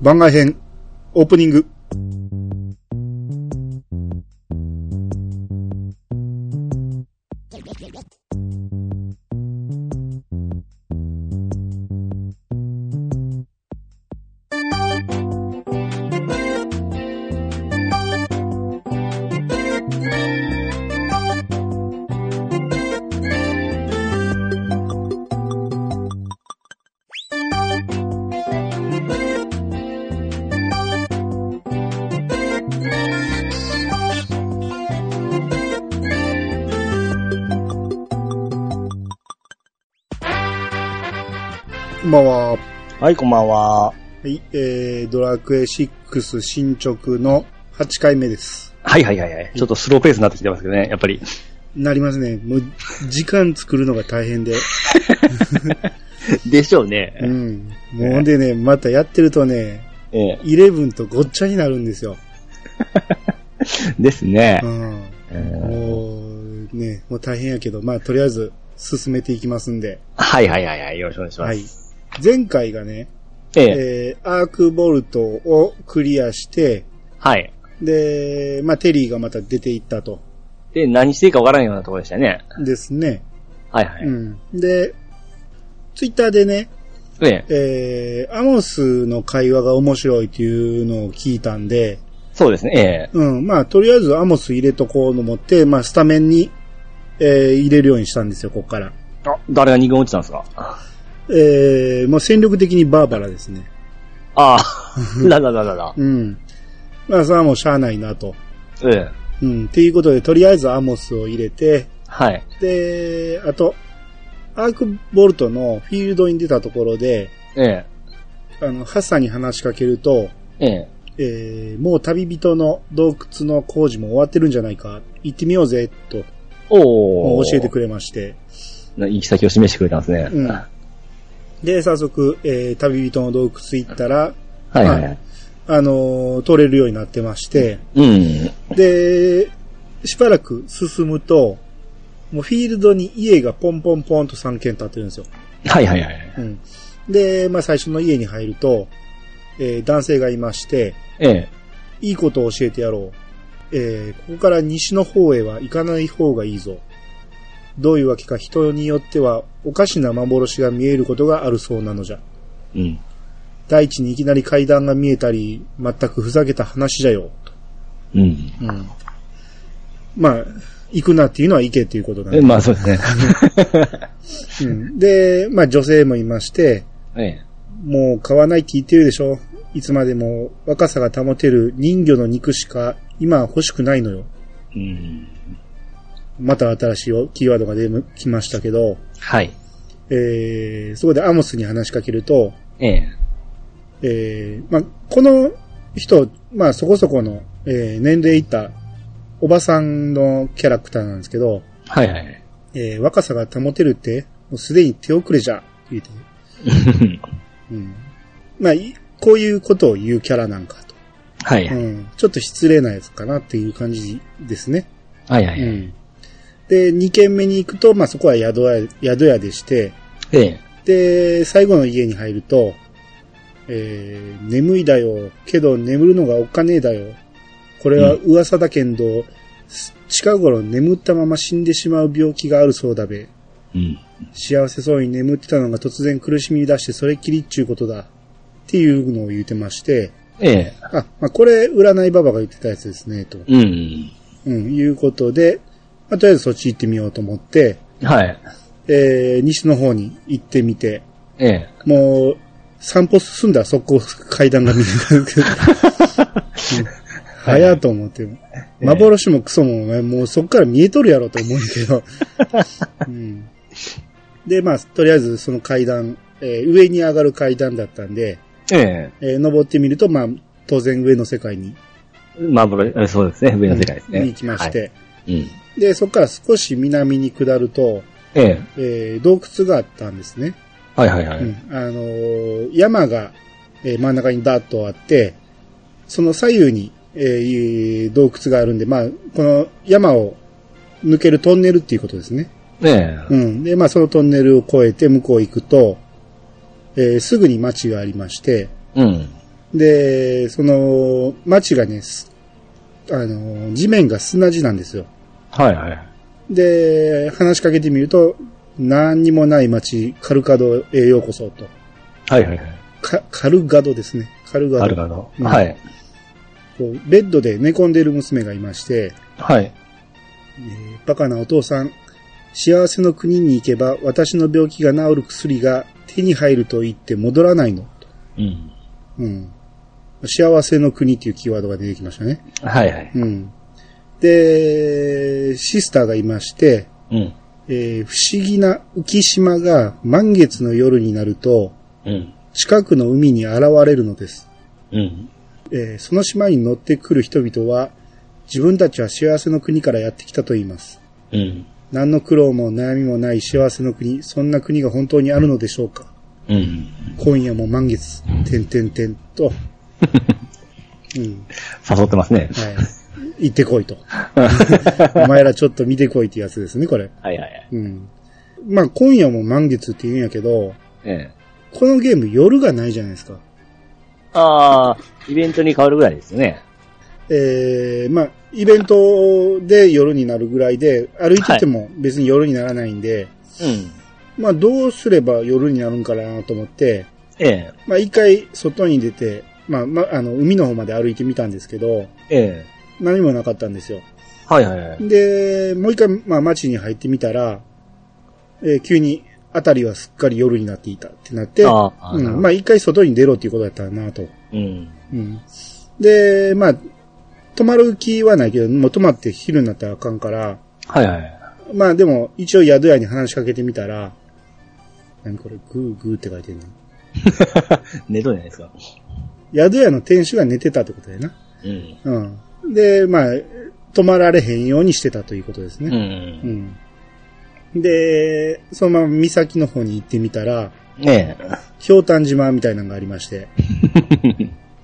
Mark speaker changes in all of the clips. Speaker 1: 番外編、オープニング。こんばんは。は
Speaker 2: はい、こんばんは。
Speaker 1: い、えー、ドラクエ6進捗の8回目です。
Speaker 2: はいはいはいはい。ちょっとスローペースになってきてますけどね、やっぱり。
Speaker 1: なりますね。もう、時間作るのが大変で。
Speaker 2: でしょうね
Speaker 1: うん。もうほんでね、またやってるとね、
Speaker 2: ええ。
Speaker 1: 11とごっちゃになるんですよ。
Speaker 2: ですね
Speaker 1: う。ん。もう、ね、もう大変やけど、まあ、とりあえず、進めていきますんで。
Speaker 2: はいはいはいはい。よろしくお願いしま
Speaker 1: は
Speaker 2: す。
Speaker 1: い。前回がね、
Speaker 2: ええ。
Speaker 1: えー、アークボルトをクリアして、
Speaker 2: はい。
Speaker 1: で、まあ、テリーがまた出ていったと。
Speaker 2: で、何していいかわからないようなところでしたね。
Speaker 1: ですね。
Speaker 2: はいはい。
Speaker 1: うん。で、ツイッターでね、
Speaker 2: ええ。
Speaker 1: えー、アモスの会話が面白いっていうのを聞いたんで、
Speaker 2: そうですね。ええ。
Speaker 1: うん、まあ、とりあえずアモス入れとこうと思って、まあ、スタメンに、えー入れるようにしたんですよ、ここから。
Speaker 2: あ、誰が二軍落ちたんですか
Speaker 1: えー、もう戦力的にバーバラですね。
Speaker 2: あ あ、ららららら。
Speaker 1: うん。まあ、それはもうしゃあないなと。
Speaker 2: ええ。
Speaker 1: うん、っていうことで、とりあえずアモスを入れて、
Speaker 2: はい。
Speaker 1: で、あと、アークボルトのフィールドに出たところで、
Speaker 2: ええ。
Speaker 1: あの、ハッサンに話しかけると、
Speaker 2: ええ。
Speaker 1: えーもう旅人の洞窟の工事も終わってるんじゃないか、行ってみようぜ、と、
Speaker 2: お
Speaker 1: 教
Speaker 2: ー。
Speaker 1: えてくれまして。
Speaker 2: な行き先を示してくれたんですね。
Speaker 1: うん
Speaker 2: は
Speaker 1: で、早速、えー旅人の洞窟行ったら、
Speaker 2: いはいはい。
Speaker 1: あのー通れるようになってまして、
Speaker 2: うん。
Speaker 1: で、しばらく進むと、もうフィールドに家がポンポンポンと3軒建ってるんですよ。
Speaker 2: はいはいはい。
Speaker 1: うん。で、まあ最初の家に入ると、えー男性がいまして、
Speaker 2: ええ。
Speaker 1: いいことを教えてやろう。えーここから西の方へは行かない方がいいぞ。どういうわけか人によってはおかしな幻が見えることがあるそうなのじゃ。
Speaker 2: うん。
Speaker 1: 大地にいきなり階段が見えたり、全くふざけた話じゃよ。
Speaker 2: うん。
Speaker 1: うん。まあ、行くなっていうのは行けっていうことなん
Speaker 2: え、
Speaker 1: で。
Speaker 2: まあそう ですね。
Speaker 1: うん、で、まあ女性もいまして、
Speaker 2: ええ。
Speaker 1: もう買わないって言ってるでしょ。いつまでも若さが保てる人魚の肉しか今は欲しくないのよ。
Speaker 2: うん。
Speaker 1: また新しいキーワードが出てきましたけど、
Speaker 2: はい。
Speaker 1: えー、そこでアモスに話しかけると、
Speaker 2: ええ。
Speaker 1: えー、まあ、この人、まあ、そこそこの、えー、年齢いったおばさんのキャラクターなんですけど、
Speaker 2: はいはい。
Speaker 1: えー、若さが保てるって、もうすでに手遅れじゃ、言うて。うん。まあ、いこういうことを言うキャラなんかと。。
Speaker 2: はいう
Speaker 1: ん。ちょっと失礼なやつかなっていう感じですね。
Speaker 2: はいは
Speaker 1: う
Speaker 2: い。
Speaker 1: ん。で、2軒目に行くと、まあ、そこは宿屋、宿屋でして、
Speaker 2: ええ。
Speaker 1: で、最後の家に入ると、えー、眠いだよ。けど眠るのがおっかねえだよ。これは噂だけんど、す近頃眠ったまま死んでしまう病気があるそうだべ。
Speaker 2: うん。
Speaker 1: 幸せそうに眠ってたのが突然苦しみ出してそれっきりっちゅうことだ。っていうのを言うてまして、
Speaker 2: ええ。
Speaker 1: あ、まあ、これ占いババが言ってたやつですね、と。
Speaker 2: うん。
Speaker 1: うん、いうことで、まあ、とりあえずそっち行ってみようと思って、
Speaker 2: はい。
Speaker 1: えー、西の方に行ってみて、
Speaker 2: ええ。
Speaker 1: もう、散歩進んだらそこ階段が見えるけど。早と思って。幻もクソも、お前もうそこから見えとるやろと思うんだけど、うんで、まあ、とりあえずその階段、えー上に上がる階段だったんで、
Speaker 2: ええ。
Speaker 1: えー登ってみると、まあ、当然上の世界に
Speaker 2: まあ、そうですね。上の世界ですね。
Speaker 1: に行きまして、
Speaker 2: はい。うん。
Speaker 1: で、そこから少し南に下ると、
Speaker 2: ええ。
Speaker 1: えー洞窟があったんですね。
Speaker 2: はいはいは
Speaker 1: う
Speaker 2: い。
Speaker 1: んあのー山が、えー真ん中にダーッとあって、その左右に、えーいう洞窟があるんで、まあ、この山を抜けるトンネルっていうことですね。
Speaker 2: ええ。
Speaker 1: うん。で、まあ、そのトンネルを越えて向こう行くと、えーすぐに町がありまして、
Speaker 2: うん。
Speaker 1: で、その、町がね、すあの、地面が砂地なんですよ。
Speaker 2: はいはい。
Speaker 1: で、話しかけてみると、何にもない町、カルカドへようこそと。
Speaker 2: はいはいはい。
Speaker 1: かカルガドですね。カルガド。
Speaker 2: あるかの。
Speaker 1: うん
Speaker 2: はい。
Speaker 1: こうベッドで寝込んでいる娘がいまして、
Speaker 2: はい。
Speaker 1: えーバカなお父さん、幸せの国に行けば私の病気が治る薬が手に入ると言って戻らないの。
Speaker 2: うん。
Speaker 1: うん。幸せの国っていうキーワードが出てきましたね。
Speaker 2: はいはい。
Speaker 1: うん。で、シスターがいまして、
Speaker 2: うん。
Speaker 1: えー不思議な浮島が満月の夜になると、
Speaker 2: うん。
Speaker 1: 近くの海に現れるのです。
Speaker 2: うん。
Speaker 1: えーその島に乗ってくる人々は、自分たちは幸せの国からやってきたと言います。
Speaker 2: うん。
Speaker 1: 何の苦労も悩みもない幸せの国、そんな国が本当にあるのでしょうか
Speaker 2: うん。
Speaker 1: 今夜も満月、てんてんてんと、うん、
Speaker 2: 誘ってますね。
Speaker 1: はい。行ってこいと。お前らちょっと見てこいってやつですね、これ。
Speaker 2: はいはいはい。
Speaker 1: うん。まあ、今夜も満月って言うんやけど、
Speaker 2: ええ。
Speaker 1: このゲーム夜がないじゃないですか。
Speaker 2: ああ、イベントに変わるぐらいですよね。
Speaker 1: えー、まあ、イベントで夜になるぐらいで、歩いてても別に夜にならないんで、
Speaker 2: うん。
Speaker 1: まあ、どうすれば夜になるんかなと思って、
Speaker 2: ええ。
Speaker 1: まあ、一回外に出て、まあ、まあ、あの、海の方まで歩いてみたんですけど、
Speaker 2: ええ。
Speaker 1: 何もなかったんですよ。
Speaker 2: はいはいはい。
Speaker 1: で、もう一回、まあ、街に入ってみたら、えー急に、あたりはすっかり夜になっていたってなって、
Speaker 2: ああ
Speaker 1: う
Speaker 2: なるほ
Speaker 1: ん、
Speaker 2: ど
Speaker 1: まあ、一回外に出ろっていうことだったなと。
Speaker 2: うん。
Speaker 1: うん。で、まあ、泊まる気はないけど、もう泊まって昼になったらあかんから、
Speaker 2: はいはい。
Speaker 1: まあでも、一応宿屋に話しかけてみたら、何これ、グーグーって書いてるの。
Speaker 2: 寝とるじゃないですか。
Speaker 1: 宿屋の店主が寝てたってことだよな。
Speaker 2: うん。
Speaker 1: うん。で、まあ、泊まられへんようにしてたということです
Speaker 2: う
Speaker 1: ね。
Speaker 2: ん。
Speaker 1: うんで、そのまま岬の方に行ってみたら、
Speaker 2: ね
Speaker 1: 氷炭島みたいなのがありま して、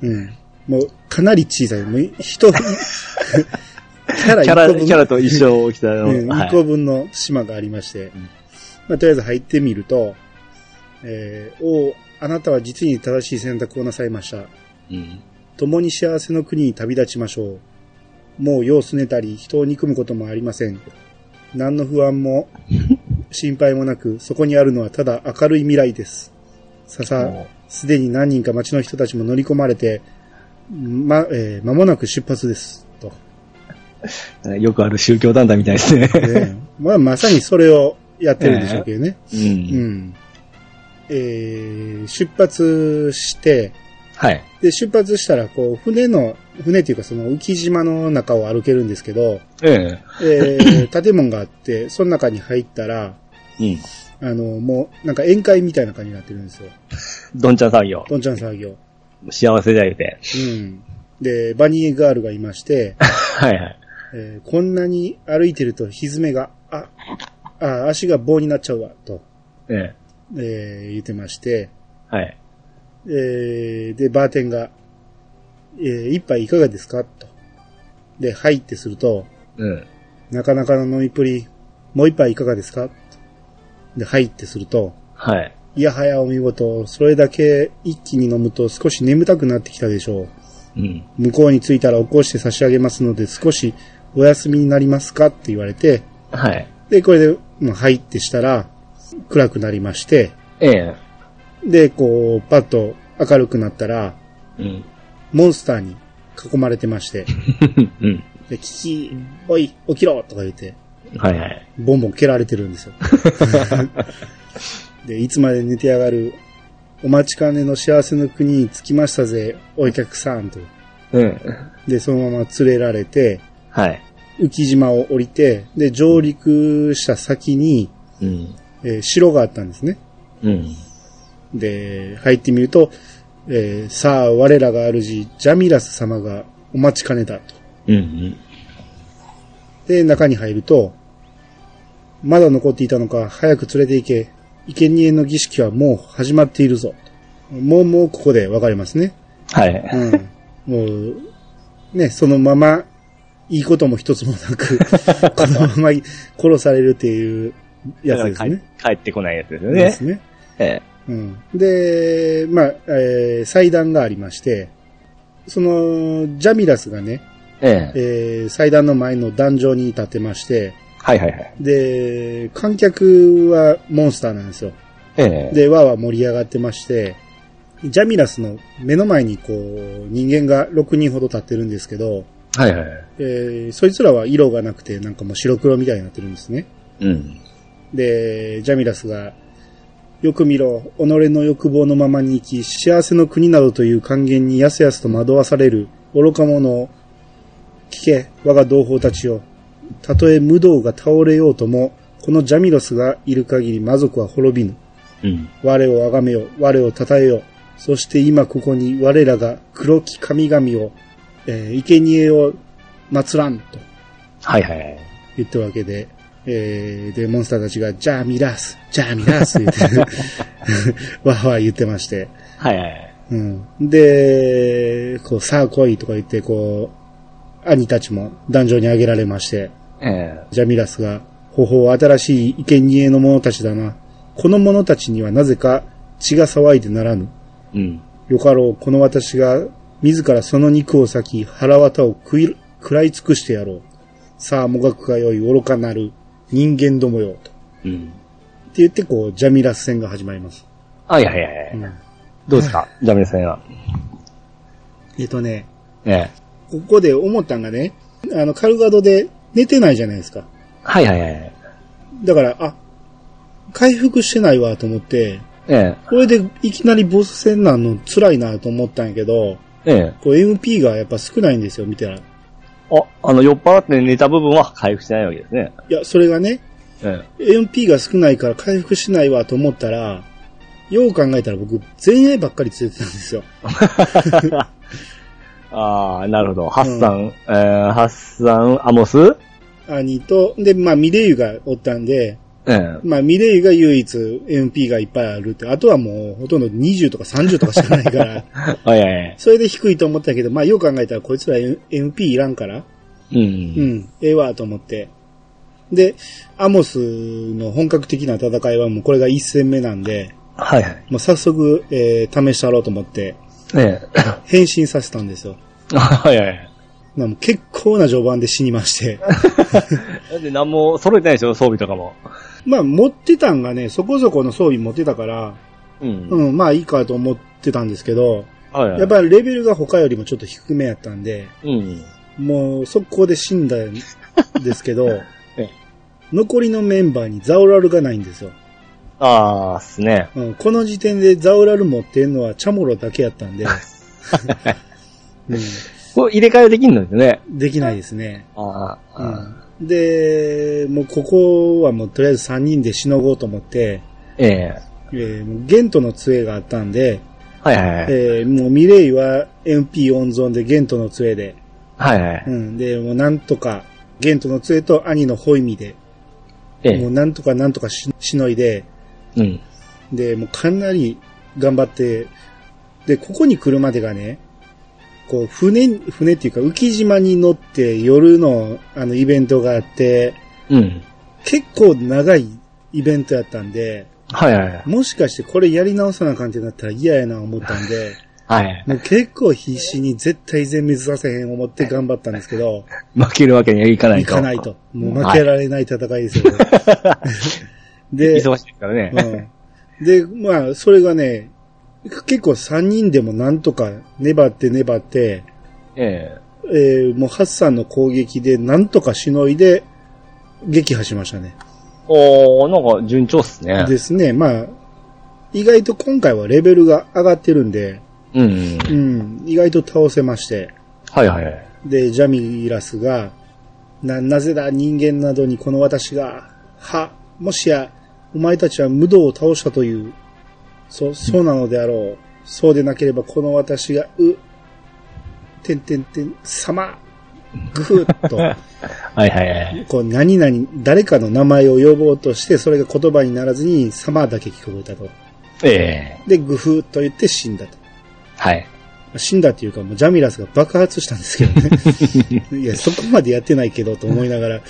Speaker 2: え。
Speaker 1: うん。もう、かなり小さい。もう、人、キャラ
Speaker 2: キャラ、
Speaker 1: 1個
Speaker 2: キ
Speaker 1: 分
Speaker 2: ャラと一緒起きたの。
Speaker 1: うん
Speaker 2: は
Speaker 1: 2個分の島がありまして、まあ、とりあえず入ってみると、えー、おうあなたは実に正しい選択をなさいました。
Speaker 2: い。うん。
Speaker 1: 共に幸せの国に旅立ちましょう。もう世を拗ねたり、人を憎むこともありません。何の不安 も、心配もなく、そこにあるのはただ明るい未来です。ささ
Speaker 2: おう、
Speaker 1: すでに何人か町の人たちも乗り込まれて、ま、えー間もなく出発です。と。
Speaker 2: よくある宗教団体みたいですね。
Speaker 1: ねまあ、まさにそれをやってるんでしょうけどね。
Speaker 2: う。
Speaker 1: うんん。えー、出発して、
Speaker 2: はい。
Speaker 1: で、出発したら、こう、船の、船っていうかその浮島の中を歩けるんですけど、
Speaker 2: ええ。
Speaker 1: えー建物があって、その中に入ったら、
Speaker 2: うん。
Speaker 1: あの、もう、なんか宴会みたいな感じになってるんですよ。
Speaker 2: どんちゃん作業。
Speaker 1: どんちゃん騒ぎを。
Speaker 2: 幸せだよって。
Speaker 1: うん。で、バニーガールがいまして、
Speaker 2: はいはい。
Speaker 1: えーこんなに歩いてると、ひずめが、あ、あ、足が棒になっちゃうわ、と、
Speaker 2: ええ。
Speaker 1: えー言ってまして、
Speaker 2: はい。
Speaker 1: えーで、バーテンが、えー一杯いかがですかと。で、はいってすると、
Speaker 2: うん。
Speaker 1: なかなかの飲みっぷり、もう一杯いかがですかで、はいってすると、
Speaker 2: はい。
Speaker 1: いやはやお見事、それだけ一気に飲むと少し眠たくなってきたでしょう。
Speaker 2: うん。
Speaker 1: 向こうに着いたら起こして差し上げますので少しお休みになりますかって言われて、
Speaker 2: はい。
Speaker 1: で、これで、もうはいってしたら、暗くなりまして、
Speaker 2: ええ。
Speaker 1: で、こう、パッと明るくなったら、
Speaker 2: うん。
Speaker 1: モンスターに囲まれてまして、
Speaker 2: うん。
Speaker 1: で、キキ、おい、起きろとか言って、
Speaker 2: はいはい。
Speaker 1: ボンボン蹴られてるんですよ。で、いつまで寝てやがる、お待ちかねの幸せの国に着きましたぜ、お客さんと。
Speaker 2: うん。
Speaker 1: で、そのまま連れられて、
Speaker 2: はい。
Speaker 1: 浮島を降りて、で、上陸した先に、
Speaker 2: うん。
Speaker 1: えー城があったんですね。
Speaker 2: うん。
Speaker 1: で、入ってみると、えーさあ、我らが主、ジャミラス様がお待ちかねだと。
Speaker 2: うん。
Speaker 1: で、中に入ると、まだ残っていたのか、早く連れて行け。生贄の儀式はもう始まっているぞ。もうもうここで分かりますね。
Speaker 2: はい。
Speaker 1: うん。もう、ね、そのまま、いいことも一つもな く、このまま殺されるっていうやつですね。
Speaker 2: 帰ってこないやつですよ
Speaker 1: で
Speaker 2: ね
Speaker 1: す。ね。
Speaker 2: え
Speaker 1: うん。で、まあ、えー祭壇がありまして、その、ジャミラスがね、
Speaker 2: ええ。
Speaker 1: えー祭壇の前の壇上に立てまして、
Speaker 2: はいはいはい。
Speaker 1: で、観客はモンスターなんですよ。
Speaker 2: ええ。
Speaker 1: で、わーわー盛り上がってまして、ジャミラスの目の前にこう、人間が6人ほど立ってるんですけど、
Speaker 2: はいはいはい。
Speaker 1: えーそいつらは色がなくて、なんかもう白黒みたいになってるんですね。
Speaker 2: うん。
Speaker 1: で、ジャミラスが、よく見ろ、己の欲望のままに生き、幸せの国などという還元にやすやすと惑わされる、愚か者、聞け、我が同胞たちよ。たとえ無道が倒れようとも、このジャミロスがいる限り魔族は滅びぬ。
Speaker 2: うん。
Speaker 1: 我を崇めよ、我を称えよ。そして今ここに我らが黒き神々を、えー、生贄を祀らんと
Speaker 2: はいはいはい。
Speaker 1: 言ったわけで、えー、で、モンスターたちが、じゃあミラース、じゃあミラースって 言って、わーわー言ってまして。
Speaker 2: はいはいはい。
Speaker 1: うん。で、こう、さあ来いとか言って、こう、兄たちも壇上に上げられまして、
Speaker 2: ええ。
Speaker 1: ジャミラスが、ほほう、新しい生贄の者たちだな。この者たちにはなぜか血が騒いでならぬ。
Speaker 2: うん。
Speaker 1: よかろう、この私が、自らその肉を裂き、腹綿を食い、食らい尽くしてやろう。さあ、もがくがよい、愚かなる、人間どもよ、と。
Speaker 2: うん。
Speaker 1: って言って、こう、ジャミラス戦が始まります。
Speaker 2: はいはいはいは
Speaker 1: う
Speaker 2: い。
Speaker 1: ん
Speaker 2: どうですかジャミラさんは。
Speaker 1: えっとね、
Speaker 2: ええ。
Speaker 1: ここで思ったんがね、あの、カルガドで寝てないじゃないですか。
Speaker 2: はいはいはい。
Speaker 1: だから、あ、回復してないわ、と思って、
Speaker 2: ええ。
Speaker 1: これでいきなりボス戦なんの辛いなと思ったんやけど、
Speaker 2: ええ。
Speaker 1: こう MP がやっぱ少ないんですよ、見てたら。い
Speaker 2: あ、あの、酔っ払って寝た部分は回復してないわけですね。
Speaker 1: や、それがね、
Speaker 2: ええ。
Speaker 1: MP が少ないから回復しないわと思ったら、よう考えたら僕、前衛ばっかり連れてたんですよ。
Speaker 2: ああ、なるほど。ハッサン、えー、ハッサン、アモス
Speaker 1: 兄と、で、まあ、ミレイユがおったんで、
Speaker 2: ええ。
Speaker 1: まあ、ミレイユが唯一 MP がいっぱいあるって、あとはもうほとんど20とか30とかしかない から、
Speaker 2: はいはいはい。
Speaker 1: それで低いと思ったけど、まあ、よう考えたらこいつら MP いらんから、
Speaker 2: う。
Speaker 1: うんん、ええわと思って。で、アモスの本格的な戦いはもうこれが1戦目なんで、
Speaker 2: はいはい。
Speaker 1: もう早速、えー試したろうと思って、
Speaker 2: ええ。
Speaker 1: 変身させたんですよ。
Speaker 2: はいはいはい。
Speaker 1: まあもう結構な序盤で死にまして。
Speaker 2: だって何も揃えてないでしょ装備とかも。
Speaker 1: まあ持ってたんがね、そこそこの装備持ってたから、
Speaker 2: うん
Speaker 1: う。ん、まあいいかと思ってたんですけど、
Speaker 2: はいはい。
Speaker 1: やっぱりレベルが他よりもちょっと低めやったんで、
Speaker 2: うん。
Speaker 1: もう速攻で死んだんですけど
Speaker 2: ええ、
Speaker 1: 残りのメンバーにザオラルがないんですよ。
Speaker 2: ああ、っすね。
Speaker 1: うん、この時点でザオラル持ってんのはチャモロだけやった んで、う
Speaker 2: これ入れ替えできんのですね。
Speaker 1: ん、できないですね。
Speaker 2: ああ、ああ
Speaker 1: うん、で、もうここはもうとりあえず3人でしのごうと思って、
Speaker 2: ええ。
Speaker 1: えーもうゲントの杖があったんで、
Speaker 2: はいはいはい。
Speaker 1: えーもうミレイは MP 温存でゲントの杖で、。
Speaker 2: はいはいう
Speaker 1: ん、で、もうなんとか、ゲントの杖と兄のホイミで、
Speaker 2: え
Speaker 1: もう
Speaker 2: え。
Speaker 1: なんとかなんとかししのいで、
Speaker 2: うん。
Speaker 1: で、もうかなり頑張って、で、ここに来るまでがね、こう、船、船っていうか浮島に乗って夜のあのイベントがあって、
Speaker 2: うん。
Speaker 1: 結構長いイベントやったんで、
Speaker 2: はいはいはい。
Speaker 1: もしかしてこれやり直さなあかんってなったら嫌やな思ったんで、
Speaker 2: は い。
Speaker 1: もう結構必死に絶対全滅させへん思って頑張ったんですけど、
Speaker 2: 負けるわけにはいかない
Speaker 1: い
Speaker 2: と。
Speaker 1: かない。と。もう負けられない戦いですよ。で、
Speaker 2: 忙しいですからね。
Speaker 1: うん、で、まあ、それがね、結構3人でもなんとか粘って粘って、
Speaker 2: え
Speaker 1: えーもうハッサンの攻撃でなんとかしのいで、撃破しましたね。
Speaker 2: え。おー、なんか順調っすね。
Speaker 1: ですね。まあ、意外と今回はレベルが上がってるんで、
Speaker 2: うん。
Speaker 1: うん、意外と倒せまして。
Speaker 2: はいはいはい。
Speaker 1: で、ジャミラスが、な、なぜだ人間などにこの私が、は、もしや、お前たちは無道を倒したという、そ、そうなのであろう。そうでなければこの私が、う、てんてんてん、様、ぐふっと、
Speaker 2: はいはいはい。
Speaker 1: こう、何々、誰かの名前を呼ぼうとして、それが言葉にならずに、様だけ聞こえたと。
Speaker 2: ええ。
Speaker 1: で、ぐふっと言って死んだと。
Speaker 2: はい。
Speaker 1: 死んだっていうか、もうジャミラスが爆発したんですけど ね。いや、そこまでやってないけどと思いながら。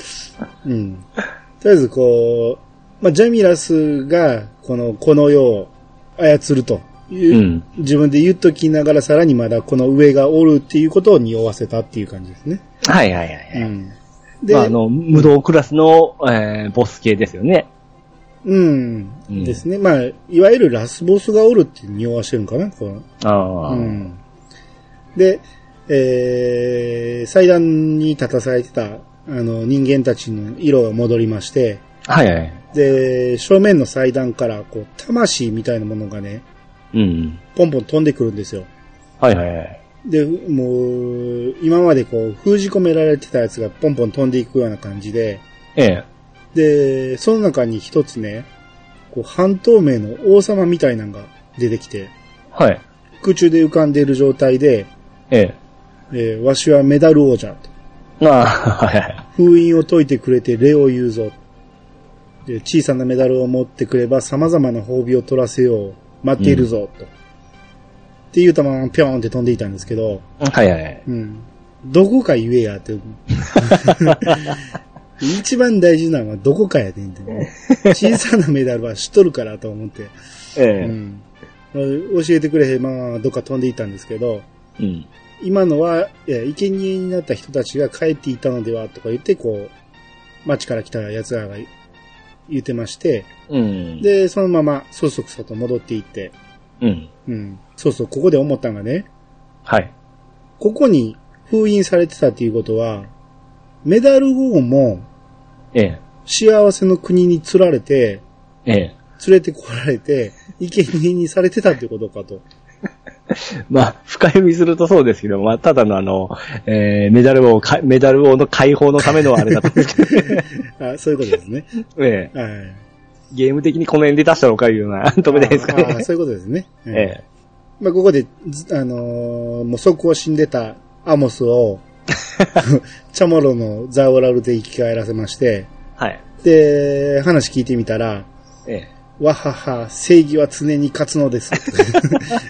Speaker 1: うん。とりあえずこう、まあ、ジャミラスが、この、この世を操るというう、
Speaker 2: ん。
Speaker 1: 自分で言っときながらさらにまだこの上がおるっていうことを匂わせたっていう感じですね。
Speaker 2: はいはいはいは
Speaker 1: う
Speaker 2: い。
Speaker 1: ん。で、
Speaker 2: まあ、あの、無道クラスの、えーボス系ですよね。
Speaker 1: うん、
Speaker 2: うん
Speaker 1: ですね。まあ、いわゆるラスボスがおるって匂わしてるんかな、この
Speaker 2: ああ、
Speaker 1: うんで、えー祭壇に立たされてた、あの、人間たちの色が戻りまして、
Speaker 2: はいはい。
Speaker 1: で、正面の祭壇から、こう、魂みたいなものがね、
Speaker 2: うん。
Speaker 1: ポンポン飛んでくるんですよ。
Speaker 2: はいはいはい。
Speaker 1: で、もう、今までこう、封じ込められてたやつがポンポン飛んでいくような感じで、
Speaker 2: ええ。
Speaker 1: で、その中に一つね、こう、半透明の王様みたいなのが出てきて、
Speaker 2: はい。
Speaker 1: 空中で浮かんでいる状態で、
Speaker 2: ええ。
Speaker 1: えーわしはメダル王者と。
Speaker 2: ああ、はいはい。
Speaker 1: 封印を解いてくれて礼を言うぞ。で小さなメダルを持ってくれば様々な褒美を取らせよう。待っているぞ、と。って言うたままピョーンって飛んでいたんですけど、
Speaker 2: はいはいはい。
Speaker 1: うん。どこか言えや って。一番大事なのはどこかやねんって。小さなメダルは知っとるからと思って。
Speaker 2: え
Speaker 1: う
Speaker 2: え。
Speaker 1: ん。教えてくれへんまあどっか飛んでいったんですけど、
Speaker 2: うん。
Speaker 1: 今のは、いや生贄になった人たちが帰っていたのではとか言って、こう、町から来た奴らが言ってまして、
Speaker 2: うん。、
Speaker 1: で、そのまま、そそくそと戻っていって、
Speaker 2: うん。
Speaker 1: うん。そうそう、ここで思ったのがね、
Speaker 2: はい。
Speaker 1: ここに封印されてたということは、メダル号も
Speaker 2: ええ。
Speaker 1: 幸せの国に釣られて、
Speaker 2: ええ。
Speaker 1: 連れてこられて、生贄にされてたってことかと。
Speaker 2: まあ、深読みするとそうですけど、まあ、ただのあの、えー、メダル王か、メダル王の解放のためのあれだ ったんですけど、
Speaker 1: あそういうことですね。
Speaker 2: ええ、
Speaker 1: はい。
Speaker 2: ゲーム的にこの辺で出したのかいうような、止めないですか
Speaker 1: ああ
Speaker 2: ね。
Speaker 1: そういうことですね。う
Speaker 2: え
Speaker 1: ん
Speaker 2: え、
Speaker 1: まあ、ここで、ずあのーもう即を死んでたアモス を、チャモロのザオラルで生き返らせまして、
Speaker 2: はい。
Speaker 1: で、話聞いてみたら、
Speaker 2: ええ。
Speaker 1: わはは、正義は常に勝つのです。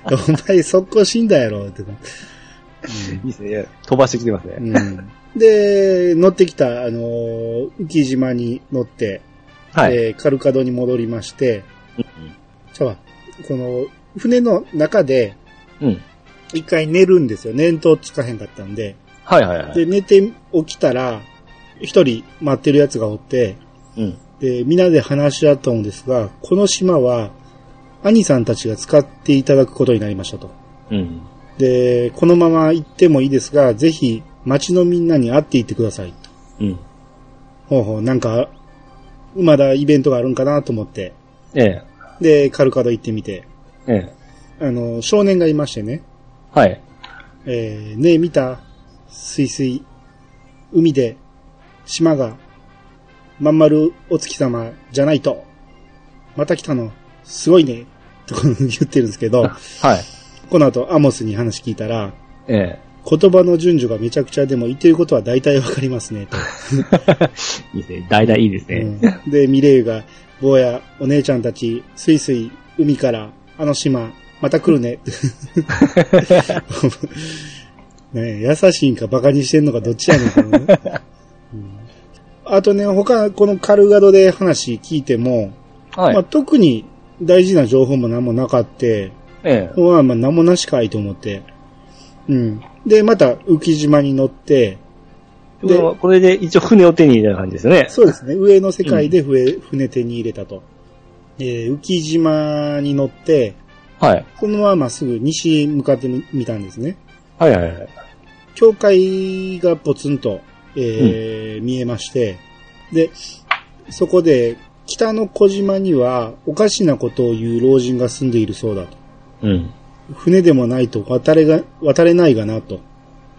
Speaker 1: お前速攻死んだやろ、って。
Speaker 2: いいですね。飛ばしてきてますね。
Speaker 1: うんで、乗ってきた、あのー浮島に乗って、
Speaker 2: はい。
Speaker 1: えーカルカドに戻りまして、
Speaker 2: うん
Speaker 1: じゃあ、この、船の中で、
Speaker 2: うん。
Speaker 1: 一回寝るんですよ。念頭つかへんかったんで。
Speaker 2: はいはいはい。
Speaker 1: で、寝て起きたら、一人待ってるやつがおって、
Speaker 2: うん。
Speaker 1: で、みんなで話し合ったんですが、この島は、兄さんたちが使っていただくことになりましたと。
Speaker 2: うん。
Speaker 1: で、このまま行ってもいいですが、ぜひ、町のみんなに会っていってください。
Speaker 2: うん。
Speaker 1: ほうほう、なんか、まだイベントがあるんかなと思って、
Speaker 2: ええ。
Speaker 1: で、カルカド行ってみて、
Speaker 2: ええ。
Speaker 1: あの、少年がいましてね、
Speaker 2: はい。
Speaker 1: えー、ねえ見た水水。海で、島が、まん丸お月様じゃないと。また来たの、すごいね。と言ってるんですけど、
Speaker 2: はい。
Speaker 1: この後アモスに話聞いたら、
Speaker 2: ええ。
Speaker 1: 言葉の順序がめちゃくちゃでも言ってることは大体わかりますね。と
Speaker 2: いいですね。大々いいですね。
Speaker 1: うん で、ミレイが、坊や、お姉ちゃんたち、スイスイ、海から、あの島、また来るね。 ねえ優しいんかバカにしてんのかどっちやねんこのね、うんあとね、他、このカルガドで話聞いても、
Speaker 2: はい。
Speaker 1: まあ、特に大事な情報も何もなかって、
Speaker 2: ええ。
Speaker 1: まあ、まあ何もなしかいと思って。うん。で、また浮島に乗って、
Speaker 2: ということはこれで一応船を手に入れた感じですね。
Speaker 1: そうですね。上の世界で船,、船手に入れたと。えー浮島に乗って、
Speaker 2: はい。
Speaker 1: そのまままっすぐ西に向かってみ見たんですね。
Speaker 2: はいはいはい。
Speaker 1: 教会がポツンと、えー見えまして、で、そこで北の小島にはおかしなことを言う老人が住んでいるそうだと。
Speaker 2: うん。
Speaker 1: 船でもないと渡れが、渡れないがなと。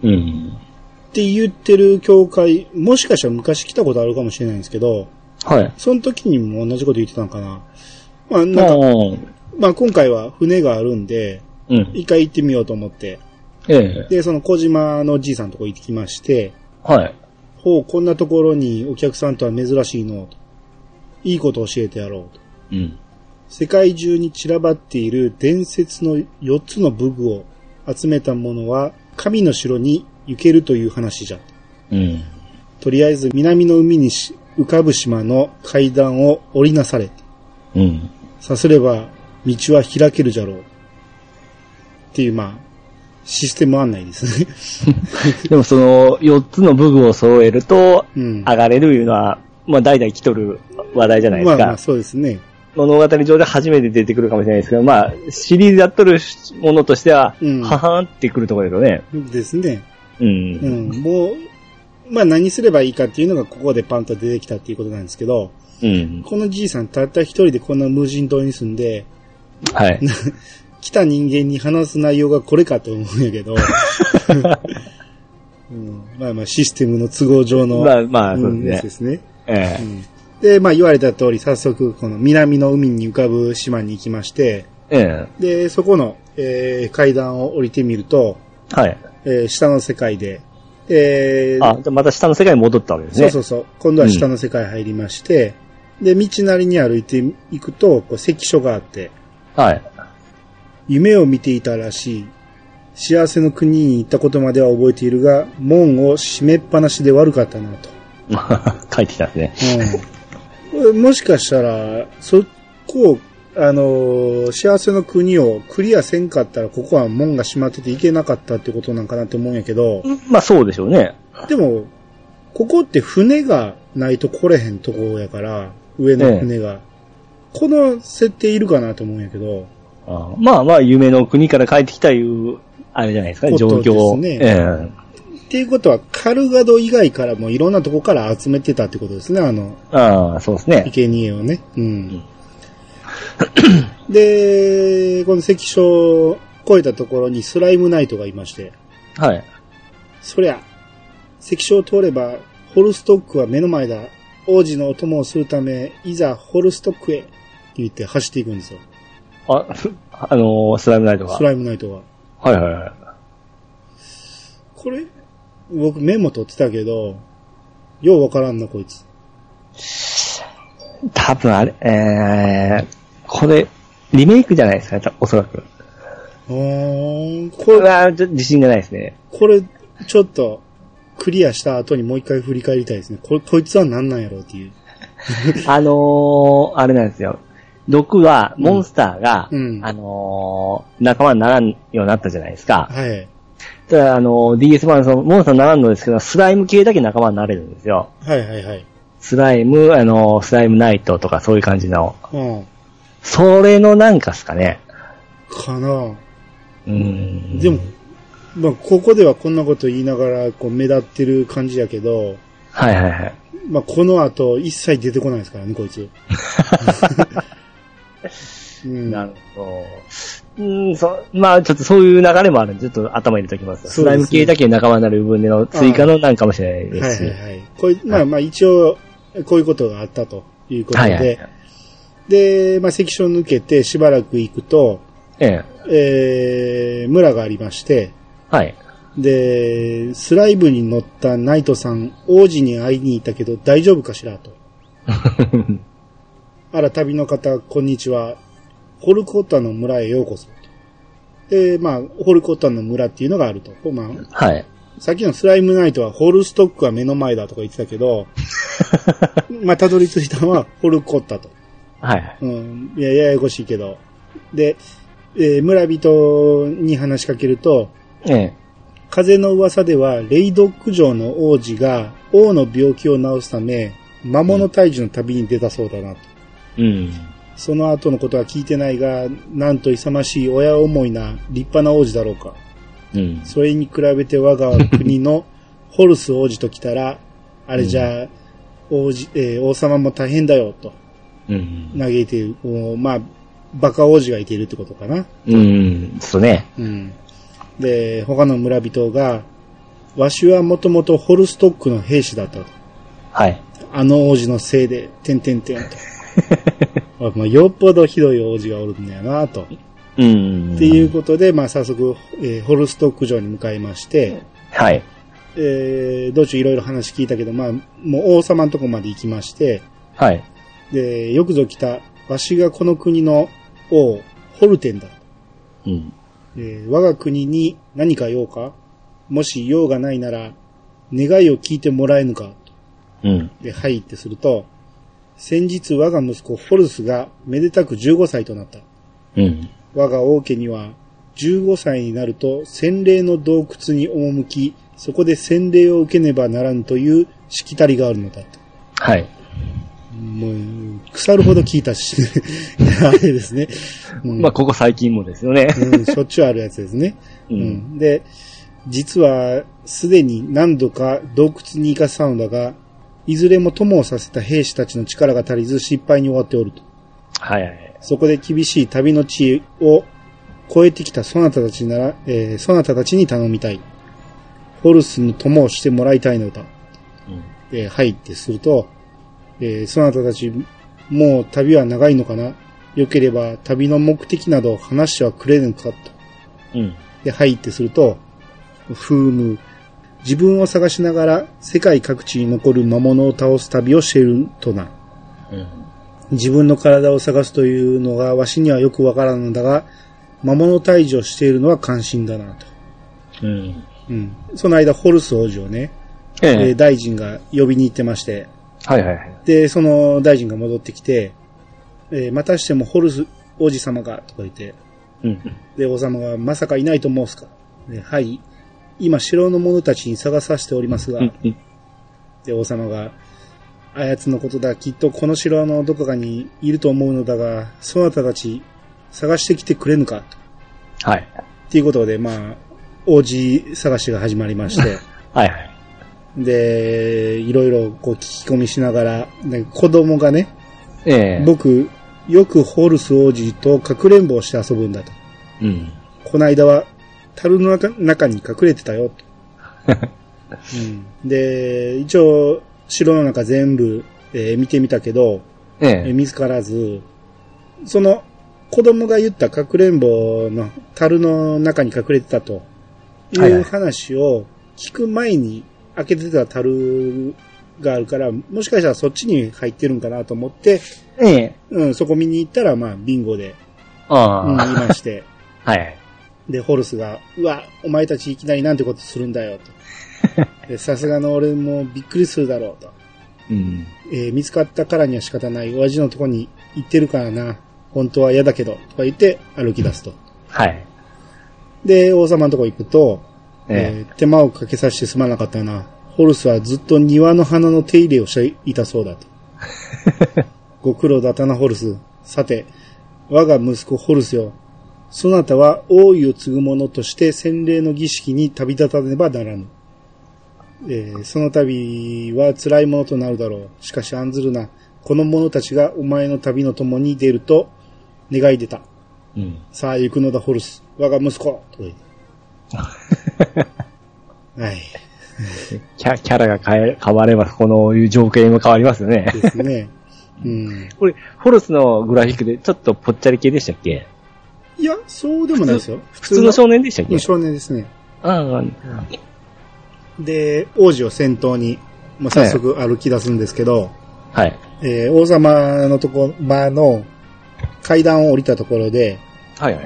Speaker 2: うん。
Speaker 1: って言ってる教会、もしかしたら昔来たことあるかもしれないんですけど、
Speaker 2: はい。
Speaker 1: その時にも同じこと言ってたのかな。まあ、
Speaker 2: な
Speaker 1: なんか、まあ今回は船があるんで、
Speaker 2: うん。
Speaker 1: 一回行ってみようと思って。
Speaker 2: ええ。
Speaker 1: で、その小島のじいさんのとこ行ってきまして、
Speaker 2: はい。
Speaker 1: ほう、こんなところにお客さんとは珍しいの。いいこと教えてやろうと。
Speaker 2: うん。
Speaker 1: 世界中に散らばっている伝説の4つの武具を集めたものは、神の城に行けるという話じゃ。
Speaker 2: うん。
Speaker 1: とりあえず南の海にし浮かぶ島の階段を降りなされ。
Speaker 2: うん。
Speaker 1: さすれば道は開けるじゃろう。っていう、まあ、システム案内です ね。
Speaker 2: でもその4つの武具を揃えると
Speaker 1: うん。
Speaker 2: 上がれるいうのは、まあ代々来とる話題じゃないで
Speaker 1: ますあ
Speaker 2: か。
Speaker 1: まあ、そうですね。
Speaker 2: 物語上で初めて出てくるかもしれないですけど、まあシリーズやっとるものとしては、
Speaker 1: うん
Speaker 2: ははーんってくるところですよね。
Speaker 1: ですね。
Speaker 2: うん。
Speaker 1: うん。もう、まあ何すればいいかっていうのがここでパンと出てきたっていうことなんですけど、
Speaker 2: うん。
Speaker 1: このじいさんたった一人でこんな無人島に住んで、
Speaker 2: はい。
Speaker 1: 来た人間に話す内容がこれかと思うんやけど、 うん、まあまあシステムの都合上の、
Speaker 2: まあまあ、
Speaker 1: う
Speaker 2: そ
Speaker 1: ん
Speaker 2: う
Speaker 1: や
Speaker 2: で
Speaker 1: つです
Speaker 2: ね。
Speaker 1: すね。
Speaker 2: え
Speaker 1: うんで、まあ言われた通り早速この南の海に浮かぶ島に行きまして、
Speaker 2: え。え
Speaker 1: で、そこの、えー階段を降りてみると、
Speaker 2: え。はい。
Speaker 1: えー下の世界で、えー
Speaker 2: あ、じゃあまた下の世界に戻ったわけです
Speaker 1: そう
Speaker 2: ね。
Speaker 1: そううそう。今度は下の世界入りまして、で、道なりに歩いていくと、こう、関所があって、
Speaker 2: そう。はい。
Speaker 1: 夢を見ていたらしい。幸せの国に行ったことまでは覚えているが、門を閉めっぱなしで悪かったなと。
Speaker 2: 帰ってきたんですね。
Speaker 1: うん。もしかしたら、そこを、あのー幸せの国をクリアせんかったら、ここは門が閉まってて行けなかったってことなんかなって思うんやけど、
Speaker 2: まあそうでしょうね。
Speaker 1: でも、ここって船がないと来れへんとこやから、上の船が。この設定いるかなと思うんやけど、
Speaker 2: あまあまあ、夢の国から帰ってきたいう、あれじゃないですか、
Speaker 1: こ
Speaker 2: 状
Speaker 1: とです
Speaker 2: 況を。
Speaker 1: ね
Speaker 2: え
Speaker 1: っていうことは、カルガド以外からもいろんなとこから集めてたってことですね、あの、
Speaker 2: えああ、そうですね。
Speaker 1: 生贄をね。うん。で、この関所を越えたところにスライムナイトがいまして、
Speaker 2: はい。
Speaker 1: そりゃ、関所を通れば、ホルストックは目の前だ。王子のお供をするため、いざホルストックへ、って言って走っていくんですよ。
Speaker 2: あ、ふあのースライムナイトが。
Speaker 1: スライムナイトが。
Speaker 2: はいはいはい。
Speaker 1: これ、僕メモ取ってたけど、ようわからんな、こいつ。
Speaker 2: 多分あれ、えー、これ、リメイクじゃないですか、たおそらく。
Speaker 1: うーん、
Speaker 2: こ
Speaker 1: こ
Speaker 2: れ
Speaker 1: れ、
Speaker 2: は、ちょっと自信がないですね。
Speaker 1: これ、ちょっと、クリアした後にもう一回振り返りたいですね。これ、こいつは何なんやろうっていう。
Speaker 2: あのー、あれなんですよ。毒は、モンスターが、
Speaker 1: うん
Speaker 2: あのー、仲間にならんようになったじゃないですか。
Speaker 1: はい。
Speaker 2: ただ、あのー、DS 版、その、モンスターにならんのですけど、スライム系だけ仲間になれるんですよ。
Speaker 1: はいはいはい。
Speaker 2: スライム、あのー、スライムナイトとかそういう感じの。
Speaker 1: うん。
Speaker 2: それのなんかっすかね。
Speaker 1: かな
Speaker 2: うん。
Speaker 1: でも、まあ、ここではこんなこと言いながら、こう、目立ってる感じやけど、
Speaker 2: はいはいはい。
Speaker 1: まあ、この後、一切出てこないですからね、こい つ。うん、
Speaker 2: なるほど。うん、そ、まあちょっとそういう流れもあるんで、ちょっと頭入れておきます。
Speaker 1: そう
Speaker 2: ス
Speaker 1: ですね
Speaker 2: ライム系だけ仲間になる分での追加のなんかもしれないで
Speaker 1: は
Speaker 2: す
Speaker 1: い
Speaker 2: し。
Speaker 1: はいはい。こいまあまあ一応、こういうことがあったということで、
Speaker 2: はいはい
Speaker 1: で、まあ関所を抜けてしばらく行くと、
Speaker 2: ええ。
Speaker 1: えー、村がありまして、
Speaker 2: はい。
Speaker 1: で、スライムに乗ったナイトさん、王子に会いに行ったけど大丈夫かしらと。あら、旅の方、こんにちは。ホルコッタの村へようこそ。で、まあ、ホルコッタの村っていうのがあると。まあ、
Speaker 2: はい。
Speaker 1: さっきのスライムナイトはホルストックは目の前だとか言ってたけど、まあ、たどり着いたのはホルコッタと。
Speaker 2: はい。
Speaker 1: うん、いや、ややこしいけど。で、えー村人に話しかけると、
Speaker 2: ええ。
Speaker 1: 風の噂では、レイドック城の王子が王の病気を治すため、魔物退治の旅に出たそうだなと。
Speaker 2: うん。
Speaker 1: その後のことは聞いてないが、なんと勇ましい親思いな立派な王子だろうか。
Speaker 2: うん。
Speaker 1: それに比べて我が国のホルス王子と来たら、あれじゃあ、王子、えー王様も大変だよ、と
Speaker 2: うん。
Speaker 1: 嘆いている。もうまあ、バカ王子がいているってことかな。
Speaker 2: うん。そうね。
Speaker 1: うん。で、他の村人が、わしはもともとホルストックの兵士だったと。
Speaker 2: はい。
Speaker 1: あの王子のせいで、てんてんてんと。あまあ、よっぽどひどい王子がおるんだよな、と。
Speaker 2: うん。
Speaker 1: っていう。ことで、まあ、早速、えーホルストック城に向かいまして、
Speaker 2: はい。
Speaker 1: えー、道中いろいろ話聞いたけど、まあ、もう王様のとこまで行きまして、
Speaker 2: はい。
Speaker 1: で、よくぞ来た、わしがこの国の王、ホルテンだ。
Speaker 2: うん。
Speaker 1: えー我が国に何か用かもし用がないなら、願いを聞いてもらえぬか
Speaker 2: うん。
Speaker 1: で、はいってすると、先日我が息子ホルスがめでたく15歳となった。
Speaker 2: うん。
Speaker 1: 我が王家には、15歳になると洗礼の洞窟に赴き、そこで洗礼を受けねばならんというしきたりがあるのだと。
Speaker 2: はい。
Speaker 1: もう、腐るほど聞いたし、 あれですね。うん
Speaker 2: まあ、ここ最近もですよね。
Speaker 1: うん、しょっちゅうあるやつですね。
Speaker 2: う。
Speaker 1: うんん、で、実はすでに何度か洞窟に行かせたのだが、いずれも友をさせた兵士たちの力が足りず失敗に終わっておると。
Speaker 2: はいはい。
Speaker 1: そこで厳しい旅の地を越えてきたそなたたちなら、えーそなたたちに頼みたい。ホルスの友をしてもらいたいのだ。
Speaker 2: うん
Speaker 1: えーはいってすると、えーそなたたち、もう旅は長いのかな良ければ旅の目的など話してはくれぬかと。
Speaker 2: うん。
Speaker 1: で、はいってすると、風ム。自分を探しながら世界各地に残る魔物を倒す旅をしているとなる。
Speaker 2: うん。
Speaker 1: 自分の体を探すというのがわしにはよくわからんのだが、魔物退治をしているのは関心だなと。
Speaker 2: うん。
Speaker 1: うん。その間、ホルス王子をね、
Speaker 2: え
Speaker 1: えー
Speaker 2: え。
Speaker 1: 大臣が呼びに行ってまして、
Speaker 2: はいはいはい。
Speaker 1: で、その大臣が戻ってきて、えーまたしてもホルス王子様が、とか言って、
Speaker 2: うん。
Speaker 1: で、王様が、まさかいないと申すか。ではい。今、城の者たちに探させておりますが、
Speaker 2: うん。うん
Speaker 1: で、王様が、あやつのことだ、きっとこの城のどこかにいると思うのだが、そなたたち、探してきてくれぬか。
Speaker 2: はい。
Speaker 1: っていうことで、まあ、王子探しが始まりま して、
Speaker 2: はいはい。
Speaker 1: で、いろいろこう聞き込みしながら、で子供がね、
Speaker 2: ええ。
Speaker 1: 僕、よくホルス王子とかくれんぼをして遊ぶんだと。
Speaker 2: うん。
Speaker 1: この間は、樽の中中に隠れてた よ、と。うん、で、一応、城の中全部、えー見てみたけど、
Speaker 2: え
Speaker 1: えー
Speaker 2: え。
Speaker 1: 見つからず、その、子供が言ったかくれんぼの樽の中に隠れてたとい
Speaker 2: はいは
Speaker 1: う
Speaker 2: い
Speaker 1: 話を聞く前に開けてた樽があるから、もしかしたらそっちに入ってるんかなと思って、
Speaker 2: ええ。
Speaker 1: うん、そこ見に行ったら、まあ、ビンゴで、
Speaker 2: あ
Speaker 1: うん、い
Speaker 2: あ。
Speaker 1: まして、
Speaker 2: はい。
Speaker 1: で、ホルスが、うわ、お前たちいきなりなんてことするんだよ、と。でさすがの俺もびっくりするだろう、と。
Speaker 2: うん。
Speaker 1: えー見つかったからには仕方ない。親父のとこに行ってるからな。本当は嫌だけど、とか言って歩き出すと。
Speaker 2: はい。
Speaker 1: で、王様のとこ行くと、
Speaker 2: ええ。
Speaker 1: えー手間をかけさせてすまなかったな。ホルスはずっと庭の花の手入れをしていたそうだと。 ご苦労だったな、ホルス。さて、我が息子ホルスよ。そなたは王位を継ぐ者として洗礼の儀式に旅立たねばならぬ。えーその度は辛いものとなるだろう。しかし案ずるな。この者たちがお前の旅の共に出ると願い出た。
Speaker 2: うん。
Speaker 1: さあ行くのだ、ホルス。我が息子。とか言って。 はい。
Speaker 2: キャキャラが変え、変われば、このいう情景も変わりますよね。
Speaker 1: です ね。うん。
Speaker 2: これ、ホルスのグラフィックでちょっとぽっちゃり系でしたっけ
Speaker 1: いや、そうでもないですよ。普
Speaker 2: 普通の少年でしたっけ
Speaker 1: うん少年ですね。
Speaker 2: ああ、
Speaker 1: で、王子を先頭に、もう早速歩き出すんですけど、
Speaker 2: はい。
Speaker 1: えー王様のとこ、まの階段を降りたところで、
Speaker 2: はいは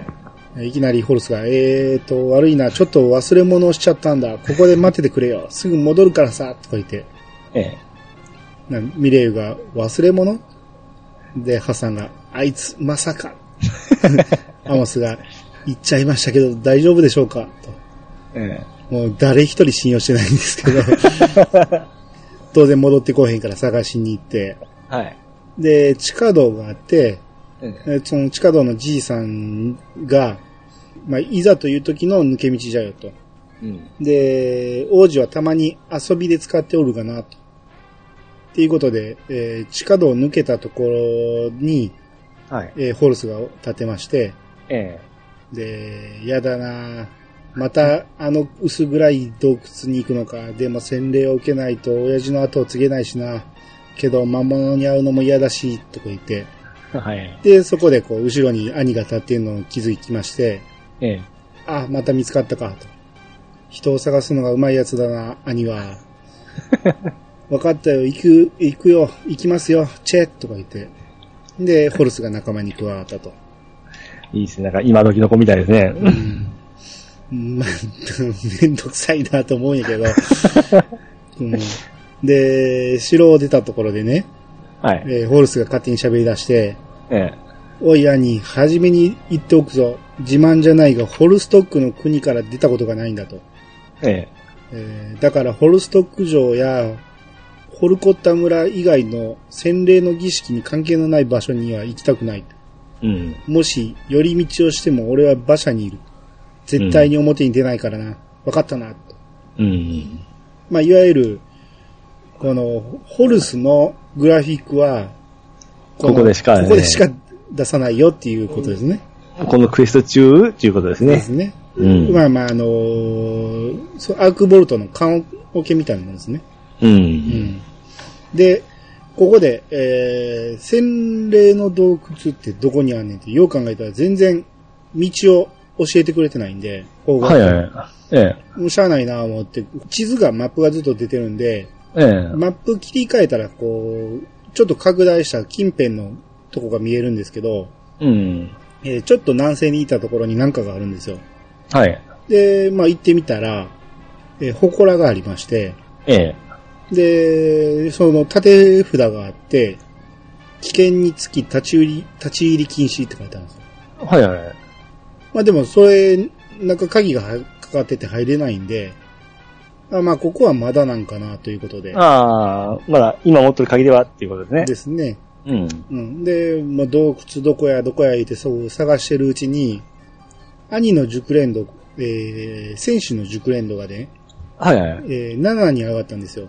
Speaker 2: い。
Speaker 1: いきなりホルスが、えーと、悪いな、ちょっと忘れ物をしちゃったんだ。ここで待っててくれよ。すぐ戻るからさ、とか言って。
Speaker 2: ええ。
Speaker 1: なミレイユが忘れ物で、ハサンが、あいつ、まさか。アモスが、言っちゃいましたけど、大丈夫でしょうかと。
Speaker 2: え
Speaker 1: もう、誰一人信用してないんですけど。当然戻ってこへんから探しに行って。
Speaker 2: え。はい。
Speaker 1: で、地下道があって、
Speaker 2: ええ。
Speaker 1: えその地下道のじいさんが、まあ、いざという時の抜け道じゃよと。
Speaker 2: うん。
Speaker 1: で、王子はたまに遊びで使っておるがな、と。っていうことで、えー地下道を抜けたところに、
Speaker 2: はい。
Speaker 1: えーホルスが立てまして、
Speaker 2: ええ。
Speaker 1: で、やだなまたあの薄暗い洞窟に行くのか。でも洗礼を受けないと親父の後を継げないしな。けど魔物に会うのも嫌だし、とか言って。
Speaker 2: はい。
Speaker 1: で、そこでこう、後ろに兄が立っているのを気づきまして、
Speaker 2: ええ。
Speaker 1: あ、また見つかったか、と。人を探すのがうまいやつだな、兄は。分かったよ、行く、行くよ、行きますよ、チェッとか言って。で、ホルスが仲間に加わったと。
Speaker 2: いいですね。なんか今時の子みたいですね。
Speaker 1: うんまあ、めんどくさいなと思うんやけど。うんで、城を出たところでね、
Speaker 2: はい。
Speaker 1: えーホルスが勝手に喋り出して、
Speaker 2: ええ。
Speaker 1: 親に初めに言っておくぞ。自慢じゃないが、ホルストックの国から出たことがないんだと。
Speaker 2: え
Speaker 1: えーだから、ホルストック城や、ホルコッタ村以外の洗礼の儀式に関係のない場所には行きたくない。
Speaker 2: え。うん。
Speaker 1: もし、寄り道をしても俺は馬車にいる。絶対に表に出ないからな。分かったな。と
Speaker 2: うん。
Speaker 1: まあ、いわゆる、この、ホルスのグラフィックは、の
Speaker 2: ここでしかね
Speaker 1: ここでしか出さないよっていうことですね。
Speaker 2: このクエスト中、ということです
Speaker 1: で
Speaker 2: ね
Speaker 1: す。ね。
Speaker 2: うん。
Speaker 1: まあまあ、あのーそうアークボルトの缶桶みたいなもんですね。
Speaker 2: う。
Speaker 1: うんん。で、ここで、えー、洗礼の洞窟ってどこにあんねんって、よう考えたら全然道を教えてくれてないんで、方角
Speaker 2: はいはい。ええ。
Speaker 1: もうしゃあないなぁ思って、地図がマップがずっと出てるんで、
Speaker 2: ええ。
Speaker 1: マップ切り替えたら、こう、ちょっと拡大した近辺のとこが見えるんですけど、
Speaker 2: うん。
Speaker 1: えーちょっと南西にいたところに何かがあるんですよ。
Speaker 2: はい。
Speaker 1: で、まあ行ってみたら、えー、祠がありまして、
Speaker 2: ええ。
Speaker 1: で、その縦札があって、危険につき立ち入り、立ち入り禁止って書いてあるんですよ。
Speaker 2: はいはい。
Speaker 1: まあでも、それ、なんか鍵がはかかってて入れないんで、あまあここはまだなんかなということで、
Speaker 2: ああ、まだ今持ってる限りはっていうことですね。
Speaker 1: ですね。
Speaker 2: うん。
Speaker 1: うん。で、まあ、洞窟どこやどこや言ってそう探してるうちに、兄の熟練度、えー、選手の熟練度がね、
Speaker 2: はいはい。
Speaker 1: えー、7に上がったんですよ。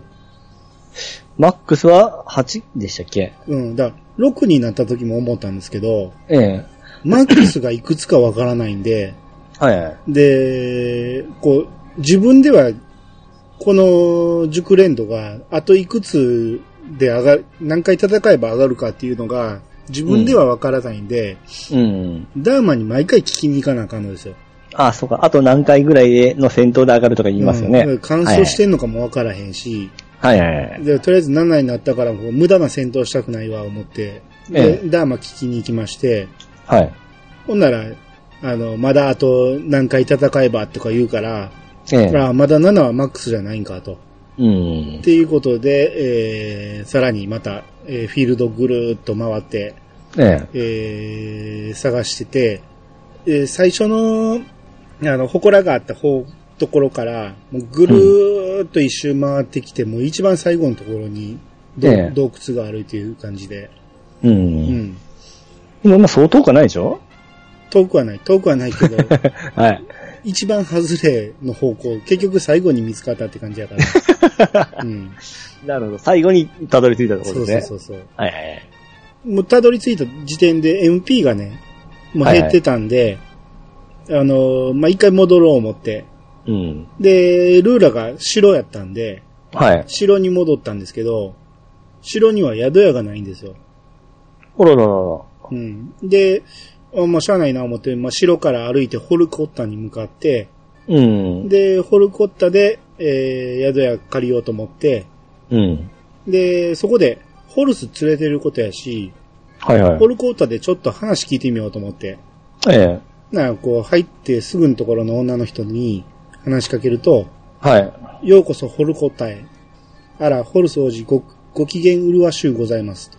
Speaker 2: マックスは8でしたっけ
Speaker 1: うん。だから、6になった時も思ったんですけど、
Speaker 2: ええ。
Speaker 1: マックスがいくつかわからないんで、
Speaker 2: はいはい。
Speaker 1: で、こう、自分では、この熟練度が、あといくつで上がる、何回戦えば上がるかっていうのが、自分ではわからないんで、
Speaker 2: うん。
Speaker 1: ダーマンに毎回聞きに行かなあかんのですよ。
Speaker 2: ああ、そうか。あと何回ぐらいでの戦闘で上がるとか言いますよ
Speaker 1: う
Speaker 2: ね
Speaker 1: ん。乾燥してんのかもわからへんし、
Speaker 2: はいはい。
Speaker 1: でとりあえず7になったからもう無駄な戦闘したくないわ、思って。で
Speaker 2: え、
Speaker 1: ダーマ聞きに行きまして、
Speaker 2: はい。
Speaker 1: ほんなら、あの、まだあと何回戦えばとか言うから、
Speaker 2: ええ。
Speaker 1: あまだ7はマックスじゃないんかと。
Speaker 2: うん
Speaker 1: っ。ていうことで、えー、さらにまた、えーフィールドぐるーっと回って、
Speaker 2: ええ。
Speaker 1: えー探してて、えー最初の、あの、祠があった方、ところから、もうぐるーっと一周回ってきて、もう一番最後のところに、ど
Speaker 2: ええ
Speaker 1: 洞窟があるという感じで、
Speaker 2: う。
Speaker 1: うんん。
Speaker 2: 今、まあ、相当かないでしょ
Speaker 1: 遠くはない、遠くはないけど、
Speaker 2: はい。
Speaker 1: 一番外れの方向、結局最後に見つかったって感じやから。 うん。
Speaker 2: なるほど。最後にたどり着いたとこ
Speaker 1: そ
Speaker 2: ろ
Speaker 1: う
Speaker 2: です
Speaker 1: そう
Speaker 2: ね。
Speaker 1: そうそう。
Speaker 2: はいはい。
Speaker 1: もうたどり着いた時点で MP がね、もう減ってたんで、あのー、まあ、一回戻ろう思って、
Speaker 2: うん。
Speaker 1: で、ルーラが城やったんで、
Speaker 2: はい。
Speaker 1: 城に戻ったんですけど、城には宿屋がないんですよ。
Speaker 2: おろろろ
Speaker 1: うん。で、あまあ、しゃあないな思って、まあ、城から歩いてホルコッタに向かって、
Speaker 2: ろ。うん。
Speaker 1: で、ホルコッタで、えー、宿屋借りようと思って、
Speaker 2: うん。
Speaker 1: で、そこで、ホルス連れてることやし、
Speaker 2: はいはい
Speaker 1: ホ。ルコッタでちょっと話聞いてみようと思って、
Speaker 2: ええ。
Speaker 1: なんかこう入ってすぐのところの女の人に話しかけると、
Speaker 2: はい。
Speaker 1: ようこそホルコッタへ。あら、ホルス王子ご、ご機嫌麗しゅうございますと。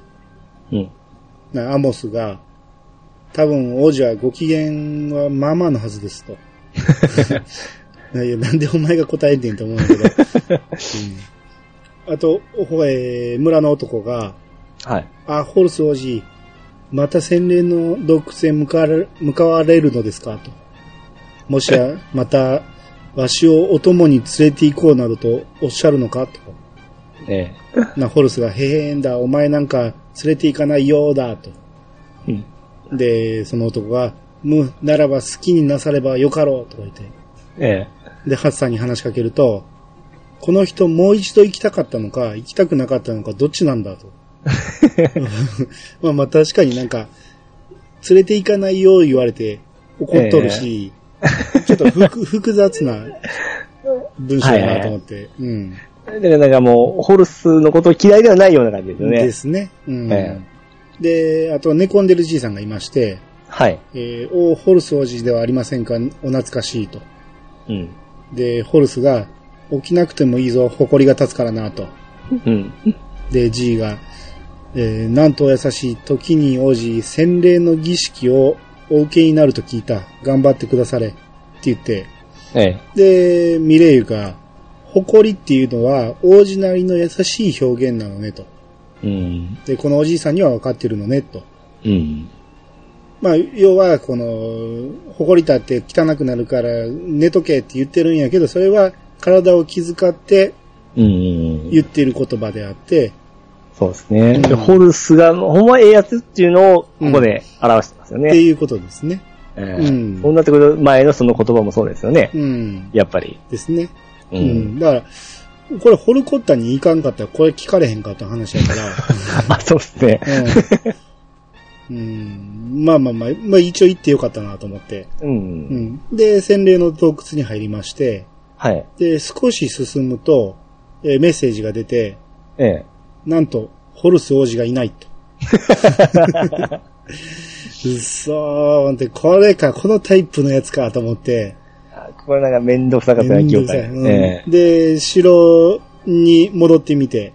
Speaker 2: うん。
Speaker 1: な、アモスが、多分王子はご機嫌はまあまあのはずですと。ないやなんでお前が答えてんと思うんだけど。うん、あと、おえー村の男が、
Speaker 2: はい。
Speaker 1: あ、ホルス王子、また洗礼の洞窟へ向かわれ向かわれるのですかと。もしや、また、わしをお供に連れて行こうなどとおっしゃるのかと。
Speaker 2: ええ。
Speaker 1: な、ホルスが、へへんだ、お前なんか連れて行かないようだ、と。
Speaker 2: うん。
Speaker 1: で、その男が、む、ならば好きになさればよかろう、とか言って。
Speaker 2: ええ。
Speaker 1: で、ハッサンに話しかけると、この人もう一度行きたかったのか、行きたくなかったのか、どっちなんだ と。まあまあ確かになんか、連れて行かないよう言われて怒っとるし、ちょっと 複複雑な文章だなと思って、うん。
Speaker 2: だからなんかもう、ホルスのこと嫌いではないような感じですよ
Speaker 1: で
Speaker 2: ね。
Speaker 1: すね。うん
Speaker 2: え
Speaker 1: で、あと寝込んでるじいさんがいまして、
Speaker 2: はい。
Speaker 1: えー、おホルス王子ではありませんか、お懐かしいと。
Speaker 2: うん。
Speaker 1: で、ホルスが、起きなくてもいいぞ、誇りが立つからなと。
Speaker 2: うん。
Speaker 1: で、G が、えーなんとお優しい時に応じ、洗礼の儀式をお受けになると聞いた。頑張ってくだされ。って言って、
Speaker 2: ええ。
Speaker 1: で、ミレイユが、誇りっていうのは、王子なりの優しい表現なのね、と。
Speaker 2: うん。
Speaker 1: で、このおじいさんには分かってるのね、と。
Speaker 2: うん。
Speaker 1: まあ、要は、この、誇りたって汚くなるから、寝とけって言ってるんやけど、それは、体を気遣って
Speaker 2: うん。
Speaker 1: 言ってる言葉であって、
Speaker 2: そうですね。
Speaker 1: うん
Speaker 2: ホルスが、ほんまええやつっていうのを、ここで表してますよ
Speaker 1: って
Speaker 2: ね。
Speaker 1: いうことですね。
Speaker 2: え
Speaker 1: う
Speaker 2: え
Speaker 1: ん
Speaker 2: そ。うなってくる前のその言葉もそうですよね。
Speaker 1: うん。
Speaker 2: やっぱり。
Speaker 1: ですね。
Speaker 2: う
Speaker 1: うん。。だから、これ、ホルコッタに行かんかったら、これ聞かれへんかった話や から。
Speaker 2: あ、そうですね。
Speaker 1: うん。うん。まあまあまあ、まあ一応行ってよかったなと思って。
Speaker 2: う。
Speaker 1: うんん。で、洗礼の洞窟に入りまして、
Speaker 2: はい。
Speaker 1: で、少し進むと、えーメッセージが出て、
Speaker 2: ええ。
Speaker 1: なんと、ホルス王子がいないと。うっそーって、これか、このタイプのやつかと思って。
Speaker 2: あこれなんかめんどくさかったな、記憶ある
Speaker 1: うん
Speaker 2: え
Speaker 1: で、城に戻ってみて、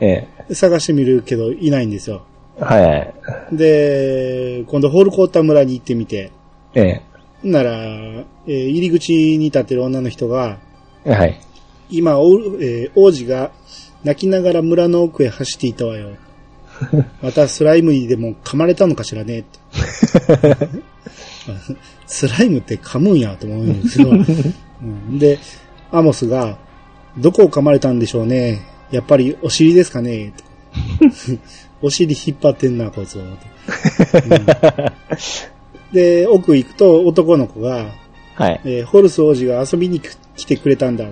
Speaker 2: え。え
Speaker 1: 探してみるけど、いないんですよ。
Speaker 2: え。はい。
Speaker 1: で、今度ホルコッタ村に行ってみて、
Speaker 2: ええ。
Speaker 1: なら、えー入り口に立ってる女の人が、
Speaker 2: はい。
Speaker 1: 今、おえー王子が泣きながら村の奥へ走っていたわよ。またスライムにでも噛まれたのかしらね。と スライムって噛むんやと思うんですけど、うんで、アモスが、どこを噛まれたんでしょうね。やっぱりお尻ですかね。とお尻引っ張ってんな、こいつを。とうんで、奥行くと男の子が、
Speaker 2: はい。
Speaker 1: えーホルス王子が遊びに来来てくれたんだ。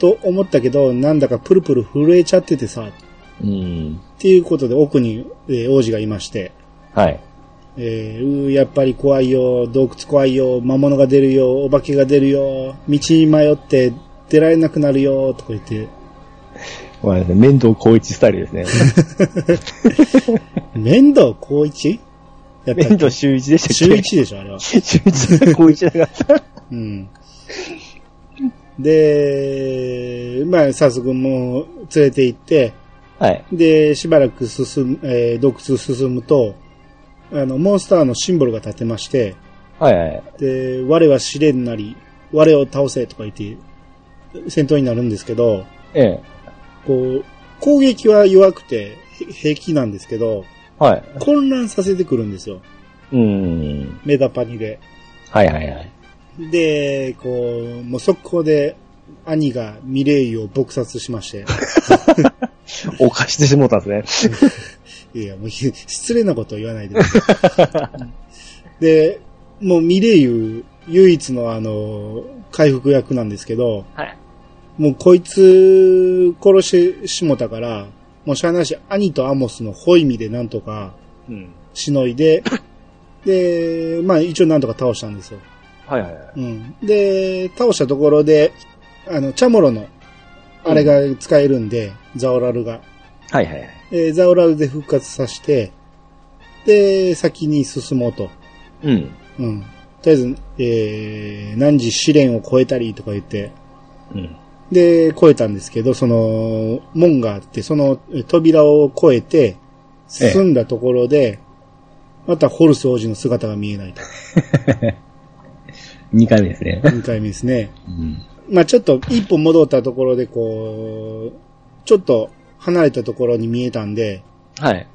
Speaker 1: と思ったけど、なんだかプルプル震えちゃっててさ、っ
Speaker 2: うん。
Speaker 1: ていうことで奥に、えー王子がいまして、
Speaker 2: はい。
Speaker 1: えーうーやっぱり怖いよ、洞窟怖いよ、魔物が出るよ、お化けが出るよ、道に迷って出られなくなるよ、とか言って、
Speaker 2: ごめんなさい。面倒光一スタイルですね。
Speaker 1: 面倒光一やっ
Speaker 2: 面
Speaker 1: たっけ
Speaker 2: 倒週一でしたっけ
Speaker 1: 週一でしょ、あれは。
Speaker 2: 週一光一だから
Speaker 1: うん。で、まあ、早速もう連れて行って、
Speaker 2: はい。
Speaker 1: で、しばらく進む、えー洞窟進むと、あの、モンスターのシンボルが立てまして、
Speaker 2: はいはい。
Speaker 1: で、我は試練なり、我を倒せとか言って、戦闘になるんですけど、
Speaker 2: ええ。
Speaker 1: こう、攻撃は弱くてへ平気なんですけど、
Speaker 2: はい。
Speaker 1: 混乱させてくるんですよ。
Speaker 2: うん。
Speaker 1: メダパニで。
Speaker 2: はいはいはい。
Speaker 1: で、こう、もう速攻で、兄がミレイユを撲殺しまして、
Speaker 2: 犯してしもうたんですね。
Speaker 1: いや、もう、失礼なことは言わないでください。で、もうミレイユ、唯一のあの、回復役なんですけど、
Speaker 2: はい。
Speaker 1: もうこいつ、殺してしもたから、もうしゃあないし、兄とアモスのホイミでなんとか、
Speaker 2: うん。
Speaker 1: しのいで、で、まあ一応なんとか倒したんですよ。
Speaker 2: はいはいはい。
Speaker 1: うん。で、倒したところで、あの、チャモロの、あれが使えるんで、ザオラルが。
Speaker 2: はいはいはい。
Speaker 1: えーザオラルで復活させて、で、先に進もうと。
Speaker 2: うん。
Speaker 1: うん。とりあえず、えー、何時試練を超えたりとか言って、
Speaker 2: うん。
Speaker 1: で、超えたんですけど、その、門があって、そのえー扉を越えて、進んだところで、またホルス王子の姿が見えないと。
Speaker 2: 二回目ですね。
Speaker 1: 2回目ですね。
Speaker 2: うん。
Speaker 1: まあちょっと一歩戻ったところで、こう、ちょっと離れたところに見えたんで、
Speaker 2: はい。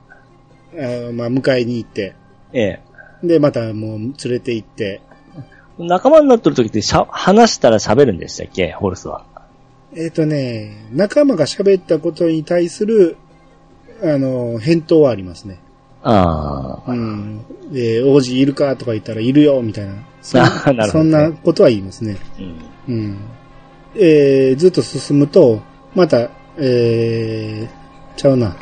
Speaker 1: あーまあ迎えに行って、
Speaker 2: ええ。
Speaker 1: で、またもう連れて行って、
Speaker 2: 仲間になってる時ってしゃ、話したら喋るんでしたっけホルスは。
Speaker 1: えっ、とね、仲間が喋ったことに対する、あの、返答はありますね。
Speaker 2: ああ。
Speaker 1: うん。えー王子いるかとか言ったら、いるよ、みたいな。そん
Speaker 2: あー なる
Speaker 1: そ
Speaker 2: ほど
Speaker 1: ん
Speaker 2: ね
Speaker 1: なことは言いますね。
Speaker 2: うん。
Speaker 1: うん。えーずっと進むと、また、えーちゃうな。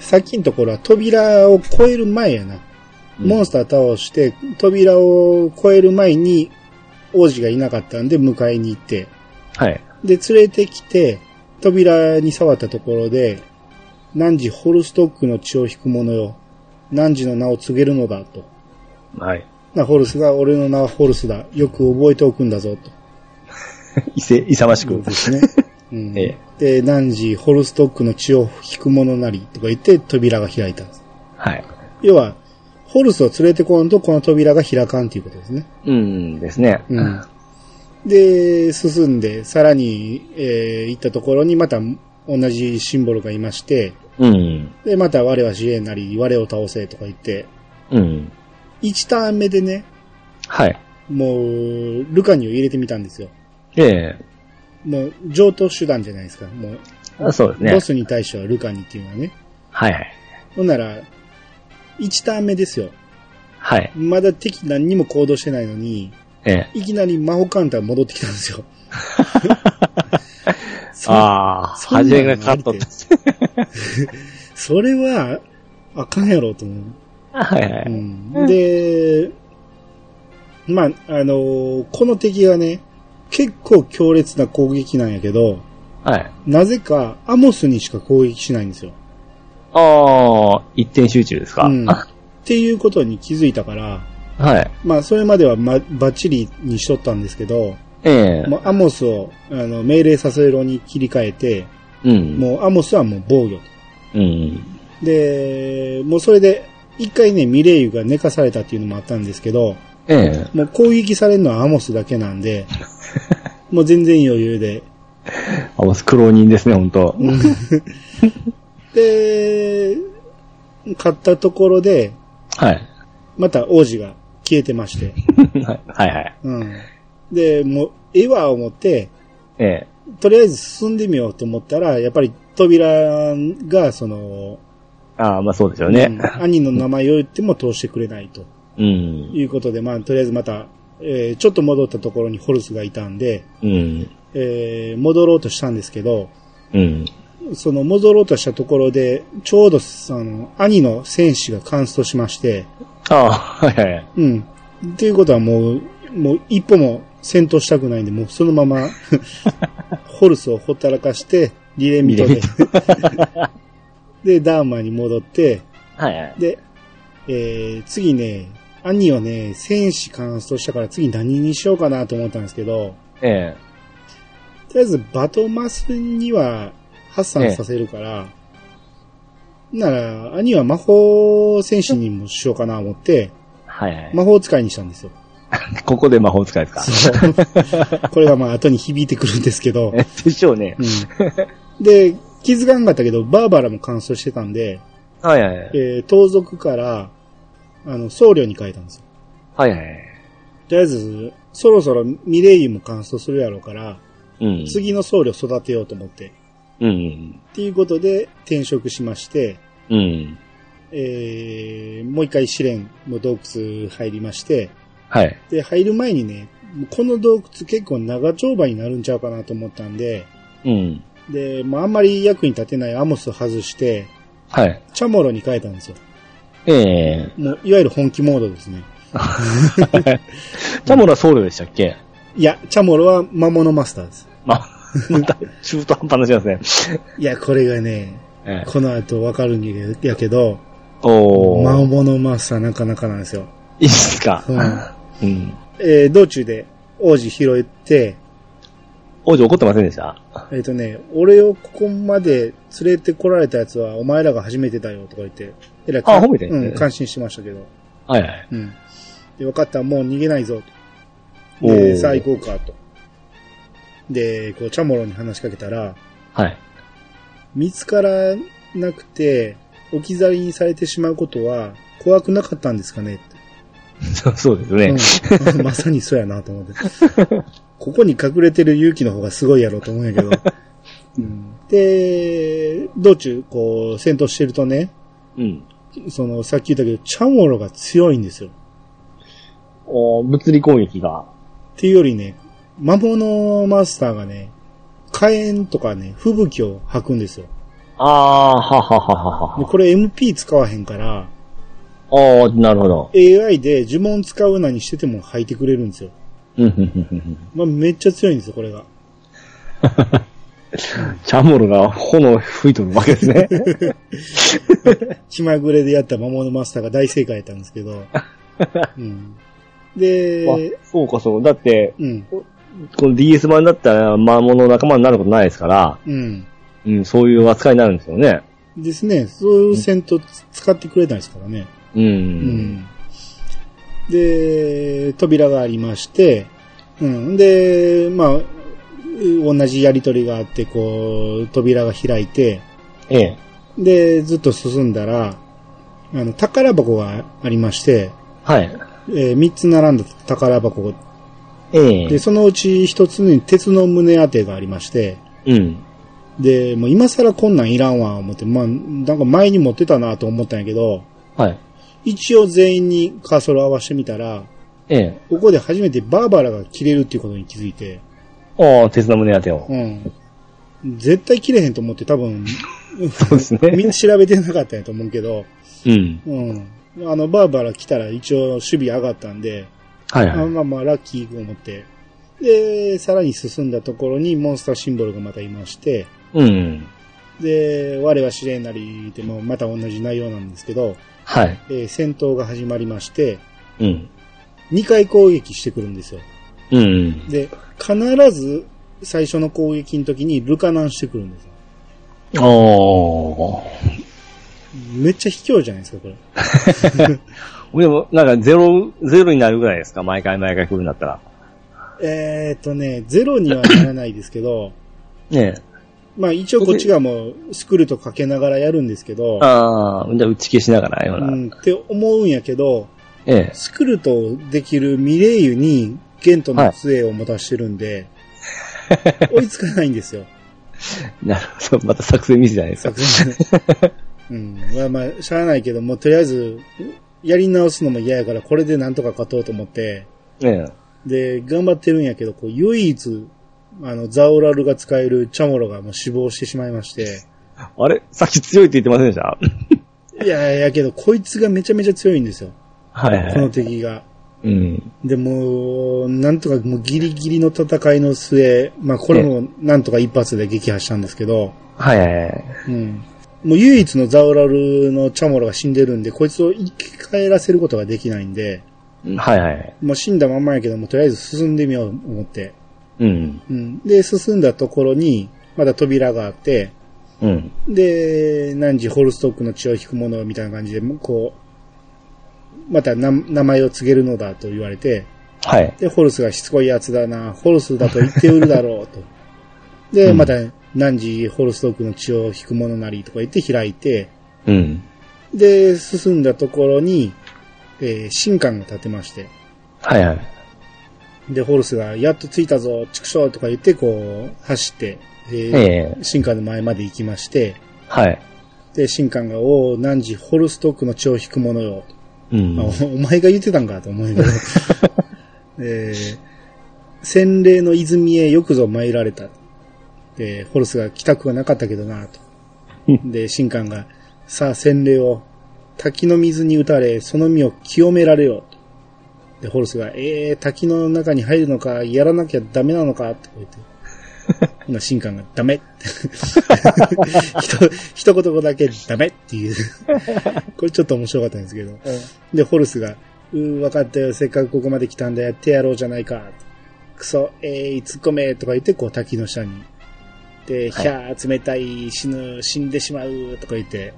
Speaker 1: さっきのところは扉を越える前やな。モンスター倒して、扉を越える前に、王子がいなかったんで迎えに行って、
Speaker 2: はい。
Speaker 1: で、連れてきて、扉に触ったところで、何時ホルストックの血を引く者よ。何時の名を告げるのだ、と。
Speaker 2: はい。
Speaker 1: な、ホルスが、俺の名はホルスだ。よく覚えておくんだぞ、と。
Speaker 2: いせ、勇ましく。
Speaker 1: ですね。 うん
Speaker 2: え
Speaker 1: で、何時、ホルストックの血を引く者なりとか言って扉が開いたんです。
Speaker 2: はい。
Speaker 1: 要は、ホルスを連れてこんとこの扉が開かんということですね。
Speaker 2: うんですね。
Speaker 1: うんで、進んで、さらに、えー行ったところにまた同じシンボルがいまして、
Speaker 2: うん。
Speaker 1: で、また我は支援なり、我を倒せとか言って、
Speaker 2: うん。
Speaker 1: 1ターン目でね、
Speaker 2: はい。
Speaker 1: もう、ルカニを入れてみたんですよ。
Speaker 2: え
Speaker 1: もう、上等手段じゃないですか。もう、
Speaker 2: えそうですね
Speaker 1: ボ。スに対してはルカニっていうのはね。
Speaker 2: はいはい。
Speaker 1: ほんなら、1ターン目ですよ。
Speaker 2: はい。
Speaker 1: まだ敵何にも行動してないのに、
Speaker 2: ええ
Speaker 1: いきなり魔法カウンター戻ってきたんです よ。そ
Speaker 2: ああ、
Speaker 1: そん
Speaker 2: 初
Speaker 1: な
Speaker 2: め
Speaker 1: の
Speaker 2: がカットだ。
Speaker 1: それは、あかんやろと思う。
Speaker 2: はいは
Speaker 1: う
Speaker 2: い。
Speaker 1: ん、で、まあ、あのーこの敵がね、結構強烈な攻撃なんやけど、
Speaker 2: はい。
Speaker 1: なぜかアモスにしか攻撃しないんですよ。
Speaker 2: ああ、一点集中ですか。
Speaker 1: うん。っ
Speaker 2: あ
Speaker 1: ていうことに気づいたから、
Speaker 2: はい。
Speaker 1: まあ、それまでは、ま、バッチリにしとったんですけど、
Speaker 2: ええ
Speaker 1: もうアモスを、あの、命令させろに切り替えて、
Speaker 2: うん。
Speaker 1: もうアモスはもう防御。
Speaker 2: うん。
Speaker 1: で、もうそれで、一回ね、ミレイユが寝かされたっていうのもあったんですけど、
Speaker 2: ええ
Speaker 1: もう攻撃されるのはアモスだけなんで、もう全然余裕で。
Speaker 2: あ、もう苦労人ですね、本当
Speaker 1: うんで、買ったところで、
Speaker 2: はい。
Speaker 1: また王子が消えてまして。
Speaker 2: はいはい。
Speaker 1: うん、で、もう、ええわ、思って、
Speaker 2: ええ
Speaker 1: とりあえず進んでみようと思ったら、やっぱり扉が、その、
Speaker 2: ああ、まあそうですよ
Speaker 1: う
Speaker 2: ね。
Speaker 1: ん兄の名前を言っても通してくれないと
Speaker 2: うん。
Speaker 1: いうことで、まあ、とりあえずまた、えーちょっと戻ったところにホルスがいたんで、
Speaker 2: うん。
Speaker 1: えー戻ろうとしたんですけど、
Speaker 2: うん。
Speaker 1: その戻ろうとしたところで、ちょうど、その、兄の戦士がカンストしまして、
Speaker 2: ああ、はいはい。
Speaker 1: うん。っていうことはもう、もう一歩も戦闘したくないんで、もうそのまま、 ホルスをほったらかして、リレミト
Speaker 2: リレ
Speaker 1: で。で、ダーマに戻って、
Speaker 2: はいはい。
Speaker 1: で、えー、次ね、兄をね、戦士カンストしたから次何にしようかなと思ったんですけど、
Speaker 2: ええ
Speaker 1: とりあえずバトマスには発散させるから、なら、兄は魔法戦士にもしようかな思って、
Speaker 2: はいはい。
Speaker 1: 魔法使いにしたんですよ。
Speaker 2: ここで魔法使いです か。
Speaker 1: これがまあ後に響いてくるんですけど、
Speaker 2: え でしょうね。
Speaker 1: うん、で、気づかんかったけど、バーバラも乾燥してたんで、
Speaker 2: はいはい。
Speaker 1: えー盗賊から、あの、僧侶に変えたんですよ。
Speaker 2: はいはい。
Speaker 1: とりあえず、そろそろミレイユも乾燥するやろうから、
Speaker 2: うん。。
Speaker 1: 次の僧侶育てようと思って。
Speaker 2: うん。
Speaker 1: っていうことで転職しまして、
Speaker 2: うん。
Speaker 1: えーもう一回試練の洞窟入りまして、
Speaker 2: はい。
Speaker 1: で、入る前にね、この洞窟結構長丁場になるんちゃうかなと思ったんで、
Speaker 2: うん。
Speaker 1: で、もうあんまり役に立てないアモスを外して、
Speaker 2: はい。
Speaker 1: チャモロに変えたんですよ。
Speaker 2: ええ
Speaker 1: もう、いわゆる本気モードですね。
Speaker 2: チャモラ僧侶でしたっけ
Speaker 1: いや、チャモロは魔物マスターです。
Speaker 2: ま あ、また中途半端な話なんですね。
Speaker 1: いや、これがね、
Speaker 2: ええ
Speaker 1: この後わかるんやけど、
Speaker 2: お
Speaker 1: 魔
Speaker 2: ー。
Speaker 1: 物マスターなかなかなんですよ。
Speaker 2: いいっすか。
Speaker 1: う
Speaker 2: うん。
Speaker 1: えー道中で王子拾って、
Speaker 2: 王子怒ってませんでした
Speaker 1: えっ、とね、俺をここまで連れてこられたやつはお前らが初めてだよとか言って、えらいか
Speaker 2: あ褒めてんね
Speaker 1: うん、感心してましたけど。
Speaker 2: はいはい。
Speaker 1: うん。で、分かった、もう逃げないぞと。
Speaker 2: お
Speaker 1: で、
Speaker 2: ー
Speaker 1: さあ行こうかと。で、こう、チャモロに話しかけたら、
Speaker 2: はい。
Speaker 1: 見つからなくて、置き去りにされてしまうことは怖くなかったんですかねって
Speaker 2: そうそうですね。
Speaker 1: うん、まさにそうやなと思って。ここに隠れてる勇気の方がすごいやろうと思うんやけど。うんで、道中、こう、戦闘してるとね、
Speaker 2: うん。
Speaker 1: その、さっき言ったけど、チャモロが強いんですよ。
Speaker 2: お物理攻撃が。
Speaker 1: っていうよりね、魔物マスターがね、火炎とかね、吹雪を吐くんですよ。
Speaker 2: ああ、はははは
Speaker 1: で
Speaker 2: は。
Speaker 1: これ MP 使わへんから、
Speaker 2: ああ、なるほど。
Speaker 1: AI で呪文使うなにしてても吐いてくれるんですよ。
Speaker 2: うんうんうんうん
Speaker 1: まあ、めっちゃ強いんですよ、これが。
Speaker 2: チャモロが炎吹いとるわけです ね。
Speaker 1: 気まぐれでやった魔物マスターが大正解や ったんですけど。うん、で、
Speaker 2: あそうかそう。だって、
Speaker 1: うん。
Speaker 2: この DS 版だったら魔物の仲間になることないですから、
Speaker 1: うん。
Speaker 2: うん、そういう扱いになるんですよね。
Speaker 1: ですね。そういう戦闘使ってくれないですからね。
Speaker 2: うん。
Speaker 1: うん。で、扉がありまして、うん。で、まあ、同じやりとりがあって、こう、扉が開いて、
Speaker 2: ええ。
Speaker 1: で、ずっと進んだら、あの、宝箱がありまして、
Speaker 2: はい。
Speaker 1: え3つ並んだ宝箱
Speaker 2: え
Speaker 1: で、
Speaker 2: え。
Speaker 1: そのうち1つに鉄の胸当てがありまして、
Speaker 2: うん。
Speaker 1: で、もう今更こんなんいらんわ、思って、まあ、なんか前に持ってたなと思ったんやけど、
Speaker 2: はい。
Speaker 1: 一応全員にカーソル合わせてみたら、
Speaker 2: ええ。
Speaker 1: ここで初めてバーバラが切れるっていうことに気づいて、
Speaker 2: ああ、鉄の胸当てを。
Speaker 1: うん。絶対切れへんと思って多 分、
Speaker 2: そうです
Speaker 1: みん
Speaker 2: ね。
Speaker 1: な調べてなかったんやと思うけど、
Speaker 2: うん。
Speaker 1: うん。あの、バーバラ来たら一応守備上がったんで、
Speaker 2: はい
Speaker 1: あ
Speaker 2: はい。
Speaker 1: まあまあ、ラッキーと思って。で、さらに進んだところにモンスターシンボルがまたいまして、
Speaker 2: うん。
Speaker 1: で、我は試練なりでもまた同じ内容なんですけど、
Speaker 2: はい。
Speaker 1: えー戦闘が始まりまして、
Speaker 2: うん。
Speaker 1: 2回攻撃してくるんですよ。
Speaker 2: うん。
Speaker 1: で、必ず最初の攻撃の時にルカナンしてくるんですよ。
Speaker 2: ああ。
Speaker 1: めっちゃ卑怯じゃないですか、これ。
Speaker 2: でも、なんか、ゼロ、ゼロになるぐらいですか毎回毎回来るんだったら。
Speaker 1: えーっとね、ゼロにはならないですけど、
Speaker 2: ねえ。
Speaker 1: まあ一応こっちがもうスクルとかけながらやるんですけど、
Speaker 2: ああ、じゃあ打ち消しながら、よう
Speaker 1: う
Speaker 2: な。
Speaker 1: ん、って思うんやけど、
Speaker 2: ええ。
Speaker 1: スクルとできるミレイユにゲントの杖を持たしてるんで、追いつかないんですよ。
Speaker 2: なるほど。また作戦ミスじゃないですか。
Speaker 1: 作戦でうん。まあまあ、しゃあないけど、もうとりあえず、やり直すのも嫌やから、これでなんとか勝とうと思って、
Speaker 2: ええ。
Speaker 1: で、頑張ってるんやけど、こう、唯一、あの、ザオラルが使えるチャモロがもう死亡してしまいまして、
Speaker 2: あれさっき強いって言ってませんでした
Speaker 1: いやいやけど、こいつがめちゃめちゃ強いんですよ。
Speaker 2: はい
Speaker 1: こ
Speaker 2: は
Speaker 1: の
Speaker 2: い。
Speaker 1: 敵が。
Speaker 2: うん。
Speaker 1: で、もう、なんとかもうギリギリの戦いの末、まあこれもなんとか一発で撃破したんですけど、
Speaker 2: はいはいはい。
Speaker 1: うん。もう唯一のザオラルのチャモロが死んでるんで、こいつを生き返らせることができないんで、
Speaker 2: うんはいはい。
Speaker 1: もう死んだまんまやけども、とりあえず進んでみようと思って。
Speaker 2: うん。
Speaker 1: うん。で、進んだところに、まだ扉があって、
Speaker 2: うん。
Speaker 1: で、何時ホルストックの血を引くものみたいな感じで、こう、また名名前を告げるのだと言われて、
Speaker 2: はい。
Speaker 1: で、ホルスがしつこいやつだな、ホルスだと言っておるだろう と。で、
Speaker 2: うん
Speaker 1: また、何時ホルストックの血を引くものなりとか言って開いて、
Speaker 2: うん。
Speaker 1: で、進んだところに、えー、神官が立てまして、
Speaker 2: はいはい。
Speaker 1: で、ホルスが、やっと着いたぞ、畜生とか言って、こう、走って、えー
Speaker 2: ええ。
Speaker 1: 神官の前まで行きまして、
Speaker 2: はい。
Speaker 1: で、神官が、おう、何時ホルストックの血を引くものよ、
Speaker 2: うん
Speaker 1: まあ。おお 前が言ってたんかと思うけ ど、えー洗礼の泉へよくぞ参られた。で、ホルスが来たくはなかったけどなと。で、神官が、さあ洗礼を、滝の水に打たれ、その身を清められよと。で、ホルスが、えー、滝の中に入るのか、やらなきゃダメなのか、って言 って。今、神官が、ダメ って。ひと一言だけ、ダメっていう。これちょっと面白かったんですけど。で、ホルスが、うー、わかったよ、せっかくここまで来たんだよ、やってやろうじゃないか。クソ、えーい、突っ込めとか言って、こう、滝の下に。で、
Speaker 2: はい
Speaker 1: ひゃー、冷たい、死ぬ、死んでしまう、とか言って。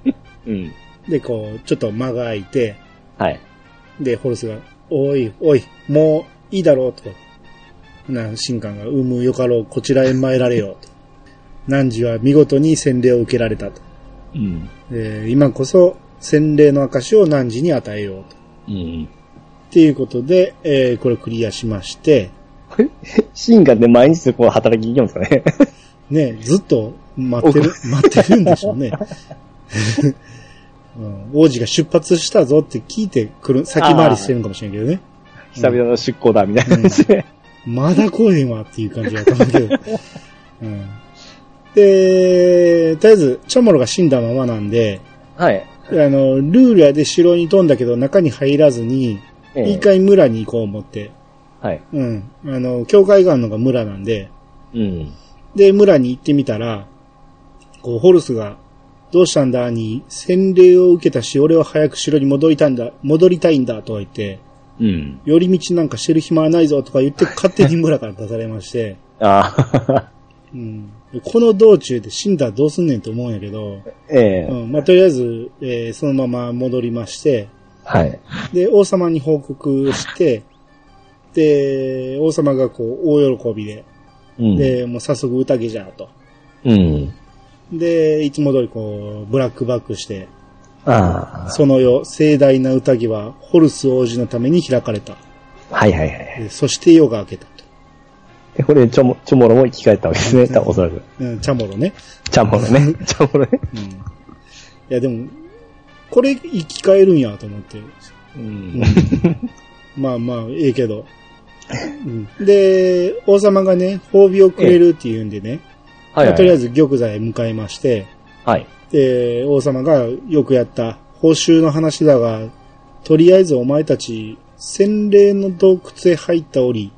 Speaker 2: うん。
Speaker 1: で、こう、ちょっと間が空いて、
Speaker 2: はい。
Speaker 1: で、ホルスが、おい、おい、もう、いいだろう、とか。な、神官が、うむよかろう、こちらへ参られよ、と。何時は見事に洗礼を受けられたと。
Speaker 2: うん。
Speaker 1: えー今こそ、洗礼の証を何時に与えようと。
Speaker 2: うん。
Speaker 1: っていうことで、えーこれクリアしまして、
Speaker 2: これ、 シンガーって毎日こう働きに行きますかね
Speaker 1: ね、ずっと待ってる、 待ってるんでしょうね。 うん、王子が出発したぞって聞いてくる、先回りしてるのかもしれんけどね。
Speaker 2: 久々の出向だ、みたいな感じで。
Speaker 1: まだ来へんわっていう感じだったんだけど。うん、で、とりあえず、チャモロが死んだままなんで、
Speaker 2: はい。
Speaker 1: あの、ルーラーで城に飛んだけど中に入らずに、
Speaker 2: ええ
Speaker 1: 一。回村に行こう思って、
Speaker 2: はい。
Speaker 1: うん。あの、教会があるのが村なんで、
Speaker 2: うん。
Speaker 1: で、村に行ってみたら、こう、ホルスが、どうしたんだに、洗礼を受けたし、俺は早く城に戻りたいんだ、戻りたいんだ、とは言って、
Speaker 2: うん。
Speaker 1: 寄り道なんかしてる暇はないぞとか 言って勝手に村から出されまして、
Speaker 2: ああ、
Speaker 1: うん、この道中で死んだらどうすんねんと思うんやけど、
Speaker 2: ええ
Speaker 1: うん、まあ、とりあえず、えーそのまま戻りまして、
Speaker 2: はい。
Speaker 1: で、王様に報告して、で、王様がこう、大喜びで、
Speaker 2: うん。
Speaker 1: で、もう早速宴じゃと。
Speaker 2: うん。
Speaker 1: で、いつも通りこう、ブラックバックして、
Speaker 2: あ
Speaker 1: その世、盛大な宴は、ホルス王子のために開かれた。
Speaker 2: あ、はいはいはい。
Speaker 1: でそして夜が明けたと。
Speaker 2: でこれ、ちょも、ちょもろも生き返ったわけですね、おそらく。
Speaker 1: うん、チャモロね。
Speaker 2: ちゃもろ ね。ちゃもろね。
Speaker 1: うん。いや、でも、これ生き返るんやと思って。
Speaker 2: うん。
Speaker 1: まあまあ、ええけど。うん、で、王様がね、褒美をくれるっていうんでね、
Speaker 2: はい、
Speaker 1: ま
Speaker 2: は
Speaker 1: あ
Speaker 2: い。
Speaker 1: とりあえず玉座へ向かいまして、
Speaker 2: はい。
Speaker 1: で、王様がよくやった報酬の話だが、とりあえずお前たち、洗礼の洞窟へ入ったおり、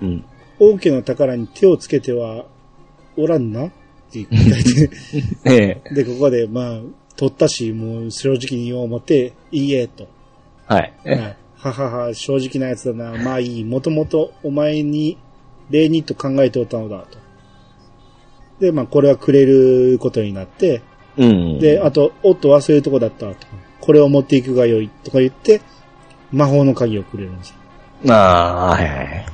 Speaker 2: うん。
Speaker 1: 王家の宝に手をつけてはおらんなって言って
Speaker 2: ええ
Speaker 1: で、ここで、まあ、取ったし、もう正直に言おう思って、いいえ、と。
Speaker 2: はい。
Speaker 1: はいははは、正直なやつだな。まあいい。もともとお前に礼にと考えておったのだ、と。で、まあこれはくれることになって、
Speaker 2: うん。
Speaker 1: で、あと、おっと忘れるとこだった、と。これを持っていくがよい、とか言って、魔法の鍵をくれるんですよ。
Speaker 2: ああ、はいはいはい。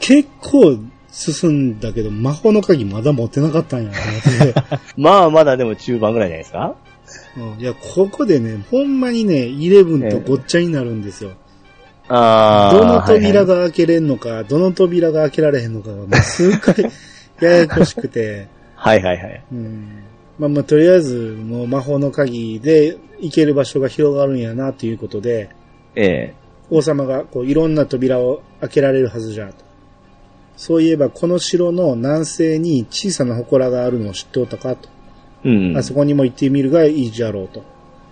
Speaker 1: 結構進んだけど、魔法の鍵まだ持ってなかったんやなと思って。
Speaker 2: まあ、まだでも中盤ぐらいじゃないですか
Speaker 1: うんいや、ここでね、ほんまにね、イレブンとごっちゃになるんですよ。
Speaker 2: ああ。
Speaker 1: どの扉
Speaker 2: が。
Speaker 1: が開けれんのか、どの扉が開けられへんのかが、もう数回 ややこしくて、
Speaker 2: はいはいはい。
Speaker 1: うん。まあまあ、とりあえず、もう魔法の鍵で行ける場所が広がるんやな、ということで、
Speaker 2: ええ
Speaker 1: 王様がこういろんな扉を開けられるはずじゃと。そういえば、この城の南西に小さな祠があるのを知っておったかと。
Speaker 2: うん。
Speaker 1: あそこにも行ってみるがいいじゃろうと。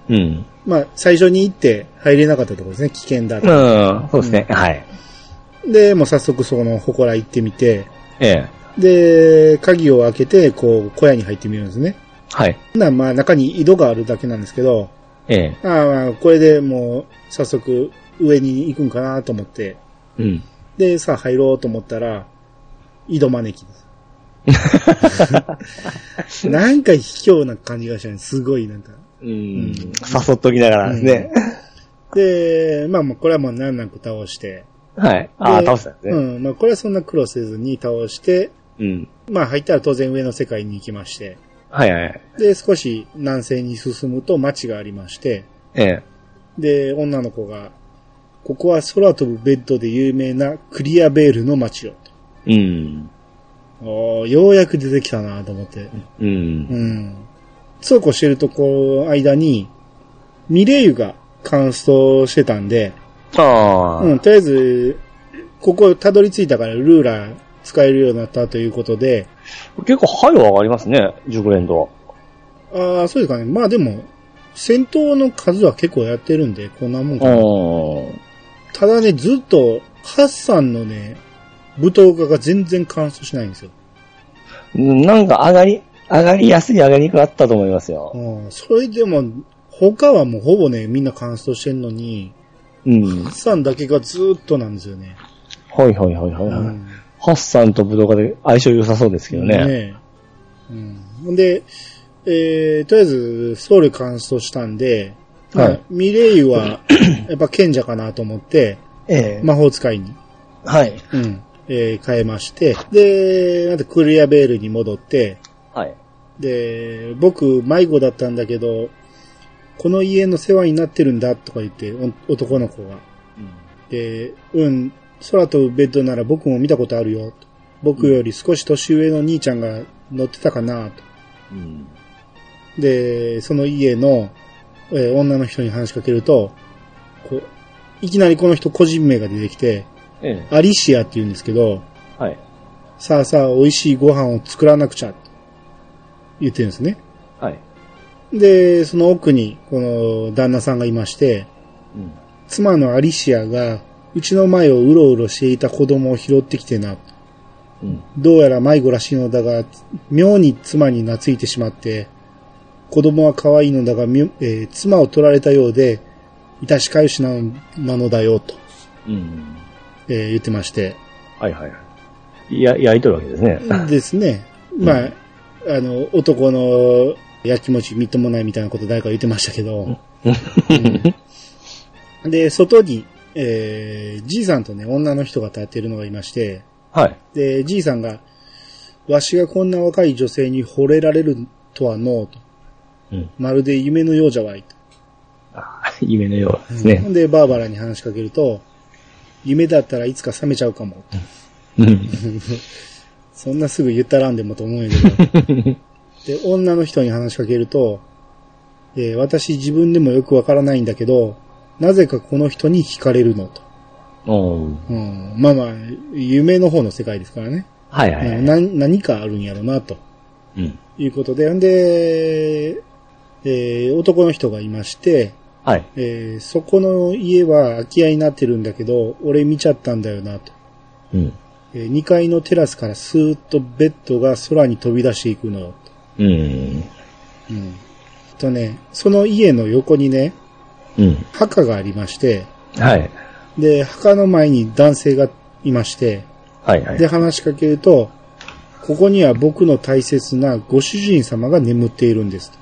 Speaker 2: うん。
Speaker 1: まあ、最初に行って入れなかったところですね。危険だと。
Speaker 2: うん。そうですね。はい。
Speaker 1: で、もう早速その祠行ってみて、
Speaker 2: ええ
Speaker 1: で、鍵を開けて、こう、小屋に入ってみるんですね。
Speaker 2: はい。
Speaker 1: な、まあ、中に井戸があるだけなんですけど、
Speaker 2: ええ
Speaker 1: ああまあ、これでもう、早速、上に行くんかなと思って、
Speaker 2: うん。
Speaker 1: で、さあ入ろうと思ったら、井戸招きです。なんか卑怯な感じがしたね。すごい、なんか。
Speaker 2: うん。誘っときながらですね。
Speaker 1: で、まあまあ、これはもう難なく倒して、
Speaker 2: はい。ああ、
Speaker 1: で
Speaker 2: 倒したんです
Speaker 1: う
Speaker 2: ね。
Speaker 1: ん、まあ、これはそんな苦労せずに倒して、
Speaker 2: うん。
Speaker 1: まあ、入ったら当然上の世界に行きまして、
Speaker 2: はいはい。
Speaker 1: で、少し南西に進むと町がありまして、
Speaker 2: ええ
Speaker 1: で、女の子が、ここは空飛ぶベッドで有名なクリアベールの町よ。
Speaker 2: うん。
Speaker 1: おーようやく出てきたなと思って。
Speaker 2: う。
Speaker 1: うんん。そうこうしてるとこう、間に、ミレイユが乾燥してたんで、
Speaker 2: ああ。
Speaker 1: うん、とりあえず、ここたどり着いたからルーラー使えるようになったということで、
Speaker 2: 結構配慮上がりますね、熟練度。
Speaker 1: ああ、そうですかね。まあでも、戦闘の数は結構やってるんで、こんなもんかな。
Speaker 2: ん。
Speaker 1: ただね、ずっと、ハッサンのね、舞踏家が全然乾燥しないんですよ。
Speaker 2: なんか上がり、上がりやすい上がりにくいあったと思いますよ。
Speaker 1: うん、それでも、他はもうほぼね、みんな乾燥してんのに、
Speaker 2: うん。
Speaker 1: ハッサンだけがずっとなんですよね。
Speaker 2: はいはいはいはいうはい。
Speaker 1: ん
Speaker 2: ハッサンと武道家で相性良さそうですけどね。
Speaker 1: うん。で、えー、とりあえず、僧侶乾燥したんで、まあ
Speaker 2: はい
Speaker 1: ミレイユは、やっぱ賢者かなと思って、
Speaker 2: ええ
Speaker 1: 魔法使いに、
Speaker 2: はい。
Speaker 1: うん、えー変えまして、で、なんてクリアベールに戻って、
Speaker 2: はい。
Speaker 1: で、僕、迷子だったんだけど、この家の世話になってるんだとか言って、お男の子が。で、うん、空飛ぶベッドなら僕も見たことあるよ。と僕より少し年上の兄ちゃんが乗ってたかなと。
Speaker 2: うん。
Speaker 1: で、その家の、えー女の人に話しかけると、こういきなりこの人個人名が出てきて、
Speaker 2: ええ
Speaker 1: アリシアって言うんですけど、
Speaker 2: はい。
Speaker 1: さあさあ美味しいご飯を作らなくちゃ、と言ってるんですね。
Speaker 2: はい。
Speaker 1: で、その奥に、この旦那さんがいまして、
Speaker 2: うん。
Speaker 1: 妻のアリシアが、うちの前をうろうろしていた子供を拾ってきてな。
Speaker 2: うん。
Speaker 1: どうやら迷子らしいのだが、妙に妻に懐いてしまって、子供は可愛いのだが、みょえー妻を取られたようで、いたしかゆしなのなのだよ、と、
Speaker 2: うん。
Speaker 1: えー言ってまして。
Speaker 2: はいはいはい。や、やりとるわけですね。
Speaker 1: ですね。まあ、あの、男のやきもちみっともないみたいなこと誰か言ってましたけど。うんで、外に、えー、じいさんとね、女の人が立ってるのがいまして、
Speaker 2: はい。
Speaker 1: で、じいさんが、わしがこんな若い女性に惚れられるとはのうと。
Speaker 2: うん
Speaker 1: まるで夢のようじゃわいと。
Speaker 2: あー夢のようですね。
Speaker 1: で、バーバラに話しかけると、夢だったらいつか覚めちゃうかも。
Speaker 2: うん。
Speaker 1: そんなすぐ言ったらんでもと思うんやけど。 で、女の人に話しかけると、えー私自分でもよくわからないんだけど、なぜかこの人に惹かれるのと。
Speaker 2: おー
Speaker 1: うん、まあまあ、夢の方の世界ですからね。
Speaker 2: はいはいはい。
Speaker 1: な何かあるんやろな、と
Speaker 2: うん。
Speaker 1: いうことで。んで、えー男の人がいまして、
Speaker 2: はい。
Speaker 1: えーそこの家は空き家になってるんだけど、俺見ちゃったんだよな、と。
Speaker 2: うん。
Speaker 1: え2階のテラスからスーッとベッドが空に飛び出していくのよ、と。
Speaker 2: うん。
Speaker 1: うん。とね、その家の横にね、
Speaker 2: うん。
Speaker 1: 墓がありまして、
Speaker 2: はい。
Speaker 1: で、墓の前に男性がいまして、
Speaker 2: はいはい。
Speaker 1: で、話しかけると、ここには僕の大切なご主人様が眠っているんですと。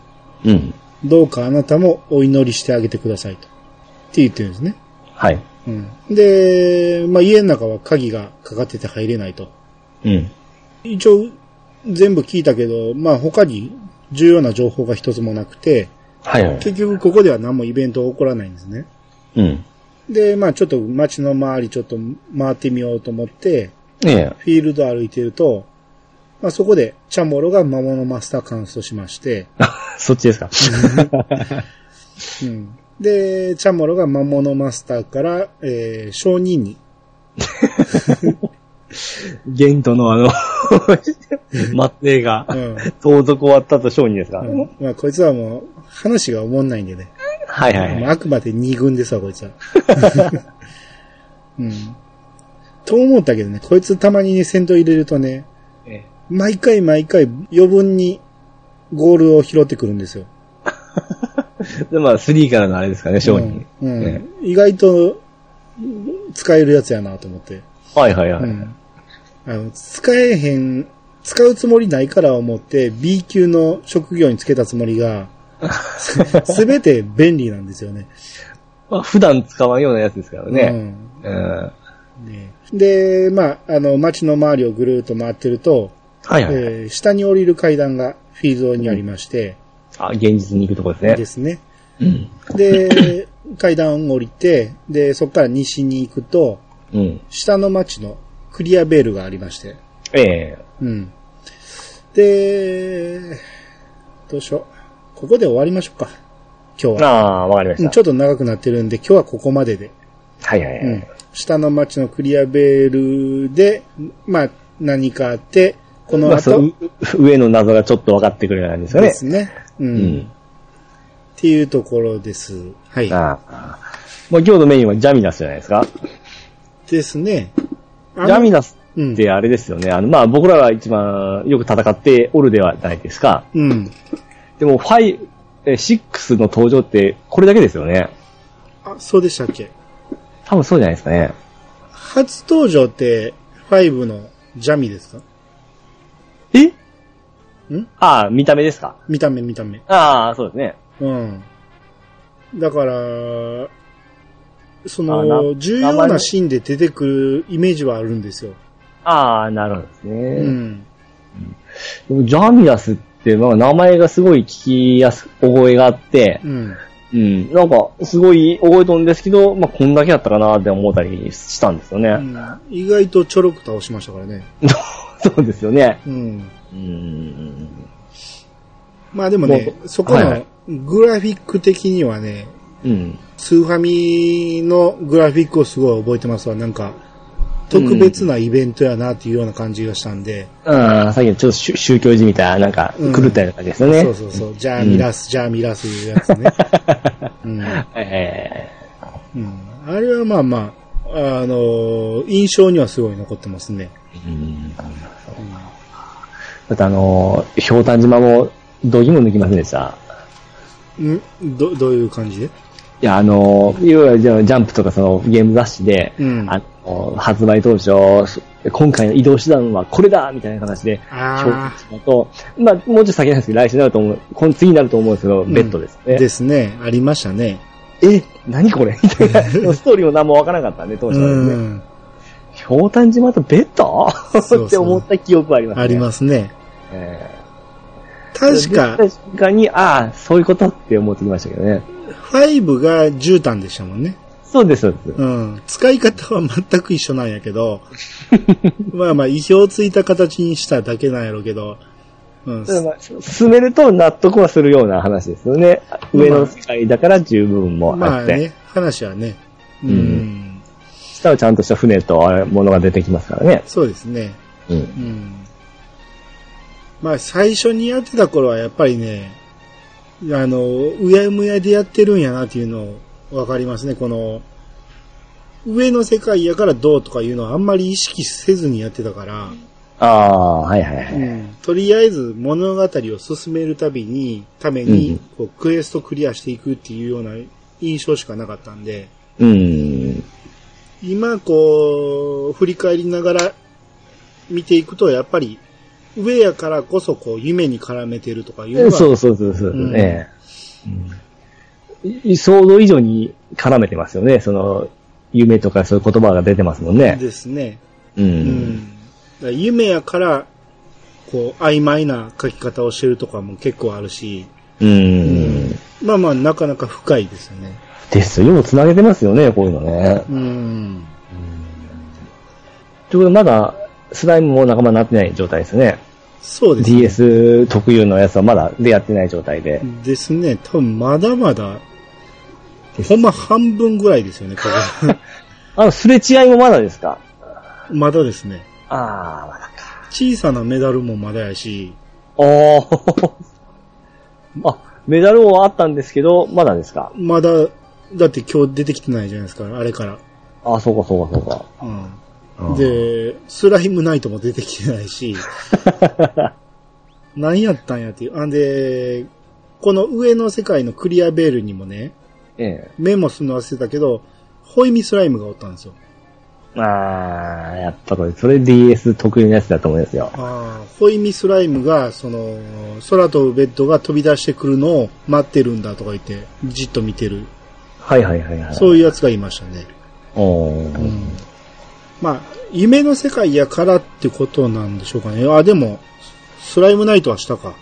Speaker 2: うん。
Speaker 1: どうかあなたもお祈りしてあげてくださいと。って言ってるんですね。
Speaker 2: はい。
Speaker 1: うん。で、まあ、家の中は鍵がかかってて入れないと。
Speaker 2: うん。
Speaker 1: 一応、全部聞いたけど、まあ、他に重要な情報が一つもなくて、
Speaker 2: はいはい。
Speaker 1: 結局ここでは何もイベントが起こらないんですね。
Speaker 2: うん。
Speaker 1: で、まあちょっと街の周りちょっと回ってみようと思って、
Speaker 2: ええ。
Speaker 1: フィールド歩いてると、まあそこでチャモロが魔物マスターカウントしま して、
Speaker 2: そっちですか。
Speaker 1: うん、で、チャモロが魔物マスターから、えー、商人に、
Speaker 2: ゲントのあの、末裔が
Speaker 1: う、ん
Speaker 2: 盗賊終わったと商人ですか。
Speaker 1: うんまあこいつはもう話がおもんないんでね、
Speaker 2: はいはい
Speaker 1: ま
Speaker 2: は
Speaker 1: あ
Speaker 2: い。
Speaker 1: あくまで二軍ですわ、こいつ は。うん、と思ったけどね、こいつたまにね、戦闘入れるとね、
Speaker 2: え
Speaker 1: 毎回毎回余分にゴールを拾ってくるんですよ。
Speaker 2: えで、まあ、3からのあれですかね、商人。
Speaker 1: うんうん
Speaker 2: ね
Speaker 1: 意外とうん使えるやつやなと思って。
Speaker 2: はいはいは
Speaker 1: う
Speaker 2: い。
Speaker 1: んあの使えへん、使うつもりないから思って B 級の職業につけたつもりが、 すべて便利なんですよね。
Speaker 2: まあ、普段使わんようなやつですからね。う
Speaker 1: う
Speaker 2: ん。
Speaker 1: んねで、まあ、あの、街の周りをぐるーっと回ってると、
Speaker 2: はいはい。
Speaker 1: えー下に降りる階段がフィールドにありまして、
Speaker 2: あ、現実に行くとこで
Speaker 1: ですすね。
Speaker 2: ね。
Speaker 1: で、階段を降りて、で、そこから西に行くと、
Speaker 2: うん。うん。
Speaker 1: 下の町のクリアベールがありまして。
Speaker 2: ええ。
Speaker 1: うん。で、どうしよう。ここで終わりましょうか。今日
Speaker 2: あ
Speaker 1: は。
Speaker 2: あ、わかりまし
Speaker 1: うん
Speaker 2: た。
Speaker 1: ちょっと長くなってるんで、今日はここまでで。
Speaker 2: はいはい
Speaker 1: うん
Speaker 2: はい。
Speaker 1: 下の町のクリアベールで、まあ、何かあって、この
Speaker 2: まあ、そ
Speaker 1: 後
Speaker 2: う、上の謎がちょっと分かってくるようなんですよ
Speaker 1: で
Speaker 2: ね。
Speaker 1: すね。うん。
Speaker 2: う
Speaker 1: っ
Speaker 2: ん。
Speaker 1: ていうところです。はい。
Speaker 2: ああ。まあ、今日のメインはジャミナスじゃないですか。
Speaker 1: ですね。あの
Speaker 2: ジャミナス
Speaker 1: うん
Speaker 2: ってあれですよね。あの、まあ、僕らが一番よく戦っておるではないですか。
Speaker 1: うん。
Speaker 2: でも、ファイ、え、6の登場って、これだけですよね。
Speaker 1: あ、そうでしたっけ
Speaker 2: 多分そうじゃないですかね。
Speaker 1: 初登場って、5のジャミですか
Speaker 2: え
Speaker 1: ん
Speaker 2: ああ、見た目ですか。
Speaker 1: 見た目見た目。
Speaker 2: ああ、そうですね。
Speaker 1: うん。だから、そ
Speaker 2: あな
Speaker 1: の、重
Speaker 2: 名
Speaker 1: 要な
Speaker 2: 前の
Speaker 1: シーンで出てくるイメージはあるんですよ。
Speaker 2: ああ、なるほどですね。
Speaker 1: うん。
Speaker 2: でもジャミナスって、まあ、名前がすごい聞きやす、覚えがあって、
Speaker 1: うん。
Speaker 2: うん、なんか、すごい覚えとんですけど、まあ、こんだけやったかなって思ったりしたんですよね。
Speaker 1: うん意外とちょろく倒しましたからね。
Speaker 2: そうですよね。
Speaker 1: うん。
Speaker 2: うん。
Speaker 1: まあでもね、
Speaker 2: もう
Speaker 1: そこ
Speaker 2: はいは
Speaker 1: の
Speaker 2: い
Speaker 1: グラフィック的にはね、
Speaker 2: うん。
Speaker 1: スーファミのグラフィックをすごい覚えてますわ。なんか、特別なイベントやなっていうような感じがしたんで、
Speaker 2: ああ、さっきのちょっと宗宗教じみたいな、なんか、
Speaker 1: うん
Speaker 2: 狂ったような感じですよね。
Speaker 1: そうそうそう、じゃあ見らす、じゃあ見らすいうやつ ね。うん
Speaker 2: え
Speaker 1: うんあれはまあまあ、あのー印象にはすごい残ってますね。
Speaker 2: えうん。だってあのー、ひょうたん島も、どぎも抜きませんでした。
Speaker 1: んど、どういう感じで
Speaker 2: いや、あの、いわゆるジャンプとかそのゲーム雑誌で、
Speaker 1: うん
Speaker 2: あの発売当初、そ今回の移動手段はこれだみたいな形で表
Speaker 1: あ
Speaker 2: 現したと、まあ、もうちょっと先なんですけど、来週になると思う、この次になると思うんですけど、
Speaker 1: ん
Speaker 2: ベッドです
Speaker 1: あ。
Speaker 2: ね。
Speaker 1: ですね。ありましたね。
Speaker 2: え、何これみたいな、ストーリーも何もわからなかったんで、当初はです
Speaker 1: う
Speaker 2: ね。
Speaker 1: ん。
Speaker 2: ひょうたん島とベッド
Speaker 1: そうそう
Speaker 2: って思った記憶はありますね。
Speaker 1: ありますね。
Speaker 2: す。え
Speaker 1: 確
Speaker 2: ー、
Speaker 1: か、
Speaker 2: 確かに、ああ、そういうことって思ってきましたけどね。
Speaker 1: 5が絨毯でしたもんね。
Speaker 2: そうです、そうです。
Speaker 1: うん。使い方は全く一緒なんやけ ど、まあまあ、意表をついた形にしただけなんやろうけど、うん。
Speaker 2: ただまあ進めると納得はするような話ですよね。上の世界だから十分も
Speaker 1: ま
Speaker 2: あ
Speaker 1: あ
Speaker 2: って、
Speaker 1: ね、話はね。うん。
Speaker 2: うん下はちゃんとした船とあれものが出てきますからね。
Speaker 1: そうですね。
Speaker 2: うん
Speaker 1: う。ん。まあ、最初にやってた頃はやっぱりね、あの、うやむやでやってるんやなっていうのわかりますね。この、上の世界やからどうとかいうのはあんまり意識せずにやってたから、
Speaker 2: ああ、はいはいはい。
Speaker 1: とりあえず物語を進めるたびに、ために、こう、クエストクリアしていくっていうような印象しかなかったんで、
Speaker 2: うん。
Speaker 1: 今、こう、振り返りながら見ていくと、やっぱり、上やからこそ、こう、夢に絡めてるとかいうの
Speaker 2: そ
Speaker 1: が、
Speaker 2: うそうそうそう、
Speaker 1: うん
Speaker 2: ええうんい想像以上に絡めてますよね。その、夢とかそういう言葉が出てますもんね。
Speaker 1: ですね。
Speaker 2: うん。
Speaker 1: うん。だから夢やから、こう、曖昧な書き方をしてるとかも結構あるし、
Speaker 2: うん。
Speaker 1: まあまあ、なかなか深いですよね。
Speaker 2: ですよ。よう繋げてますよね、こういうのね。
Speaker 1: うん。
Speaker 2: ということで、まだ、スライムも仲間になってない状態ですね。
Speaker 1: そうですね。
Speaker 2: DS 特有のやつはまだ出会ってない状態で。
Speaker 1: ですね。多分まだまだ、ほんま半分ぐらいですよね、こ こ
Speaker 2: あの、すれ違いもまだですか
Speaker 1: まだですね。
Speaker 2: ああ、まだか。
Speaker 1: 小さなメダルもまだやし、
Speaker 2: おー。 あ、メダル王はあったんですけど、まだですか
Speaker 1: まだ、だって今日出てきてないじゃないですか、あれから。
Speaker 2: あ、そうかそうかそうか。
Speaker 1: うん。で、スライムナイトも出てきてない し、何やったんやっていう。あんで、この上の世界のクリアベールにもね、
Speaker 2: え
Speaker 1: メモするの忘れたけど、ホイミスライムがおったんですよ。
Speaker 2: え。ああ、やっぱこれ、それ DS 得意なやつだと思うんですよ。
Speaker 1: ああ、ホイミスライムが、その、空飛ぶベッドが飛び出してくるのを待ってるんだとか言って、じっと見てる。
Speaker 2: はいはいはいはい。
Speaker 1: そういうやつがいましたね。
Speaker 2: おー
Speaker 1: まあ、夢の世界やからってことなんでしょうかね。あ、でも、スライムナイトはしたか。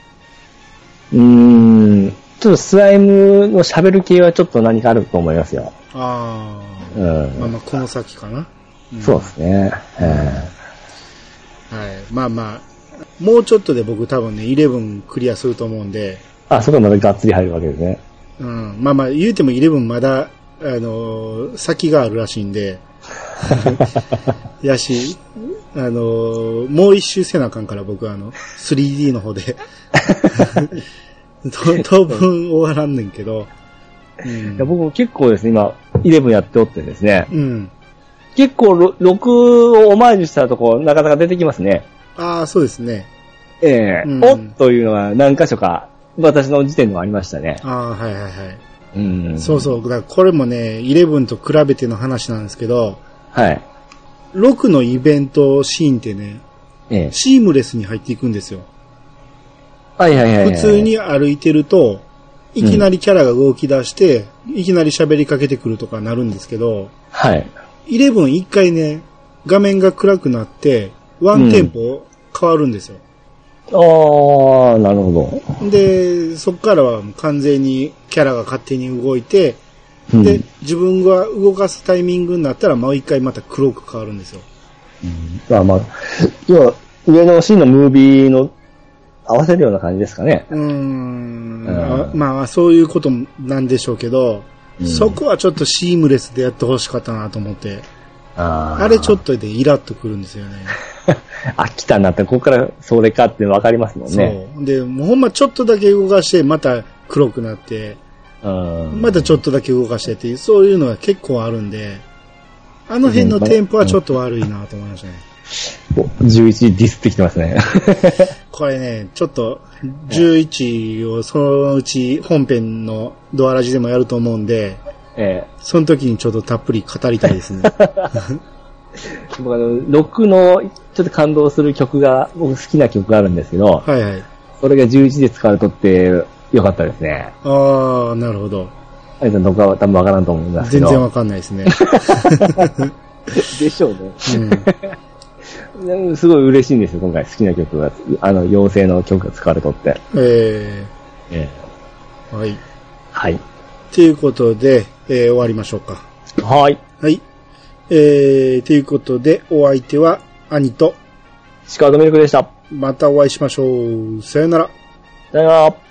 Speaker 2: うーん。ちょっとスライムの喋る系はちょっと何かあると思いますよ。
Speaker 1: あ
Speaker 2: う
Speaker 1: あ、まあ
Speaker 2: ん。
Speaker 1: まあ、この先かな。
Speaker 2: そうですね。え
Speaker 1: はい。まあまあ、もうちょっとで僕多分ね、11クリアすると思うんで、
Speaker 2: え。あ、そこまでがっつり入るわけですね。
Speaker 1: うん、まあまあ、言うても11まだ、あのー先があるらしいん で、やし、あのーもう一周せなあかんから僕はあの、3D の方 で、と当分終わらんねんけど、う
Speaker 2: いや
Speaker 1: ん。
Speaker 2: 僕も結構ですね、今、11やっておってですね、
Speaker 1: うん、
Speaker 2: 結構ろ6をオマージュしたとこ、なかなか出てきますね。
Speaker 1: ああ、そうですね。
Speaker 2: ええ
Speaker 1: うん
Speaker 2: おっというのは何箇所か、私の時点ではありましたね。
Speaker 1: ああ、はいはいはい。
Speaker 2: うん。
Speaker 1: そうそう。だからこれもね、11と比べての話なんですけど、
Speaker 2: はい。
Speaker 1: 6のイベントシーンってね、
Speaker 2: ええ
Speaker 1: シームレスに入っていくんですよ。
Speaker 2: はいはいはいはい。
Speaker 1: 普通。に歩いてると、いきなりキャラが動き出して、いきなり喋りかけてくるとかなるんですけど、
Speaker 2: はい。
Speaker 1: 11一回ね、画面が暗くなって、ワンテンポ変わるんですよ。
Speaker 2: ああ、なるほ
Speaker 1: で、そっからはもう完全にキャラが勝手に動いて、
Speaker 2: ど。うん
Speaker 1: で、自分が動かすタイミングになったらもう一回また黒く変わるんですよ。
Speaker 2: まあまあ、要は、上のシーンのムービーの合わせるような感じですかね。
Speaker 1: うーん。
Speaker 2: うん
Speaker 1: あまあ、そういうことなんでしょうけど、
Speaker 2: うん
Speaker 1: そこはちょっとシームレスでやってほしかったなと思って。
Speaker 2: あ
Speaker 1: あれちょ
Speaker 2: っ
Speaker 1: っとでイラっとくるんですよね。
Speaker 2: と。飽きたなって、ここからそれかって分かりますもんね。
Speaker 1: そう。で、もうほんまちょっとだけ動かして、また黒くなって、
Speaker 2: うん。
Speaker 1: またちょっとだけ動かしてっていう、そういうのが結構あるんで、あの辺のテンポはちょっと悪いなと思いましたね。
Speaker 2: お11ディスってきてますね。
Speaker 1: これね、ちょっと、11をそのうち本編のドアラジでもやると思うんで、
Speaker 2: え
Speaker 1: その時にちょっとたっぷり語りたいですね。
Speaker 2: え僕あの、ロックのちょっと感動する曲が、僕好きな曲があるんですけど、
Speaker 1: はいはい。
Speaker 2: それが11で使うとってよかったですね。
Speaker 1: ああ、なるほど。
Speaker 2: あれさん、どこかは多分わからんと思いますけ
Speaker 1: 全
Speaker 2: ど。
Speaker 1: 然わかんないですね。
Speaker 2: でしょうね。
Speaker 1: うん、
Speaker 2: うんすごい嬉しいんですよ、今回。好きな曲が、あの、妖精の曲が使われとって。
Speaker 1: え
Speaker 2: え
Speaker 1: ーはい。
Speaker 2: はい。
Speaker 1: ということで、えー終わりましょうか。
Speaker 2: はい。
Speaker 1: はい。えー、ということで、お相手は兄と、
Speaker 2: シカゴミルクでした。
Speaker 1: またお会いしましょう。さよなら。
Speaker 2: さよなら。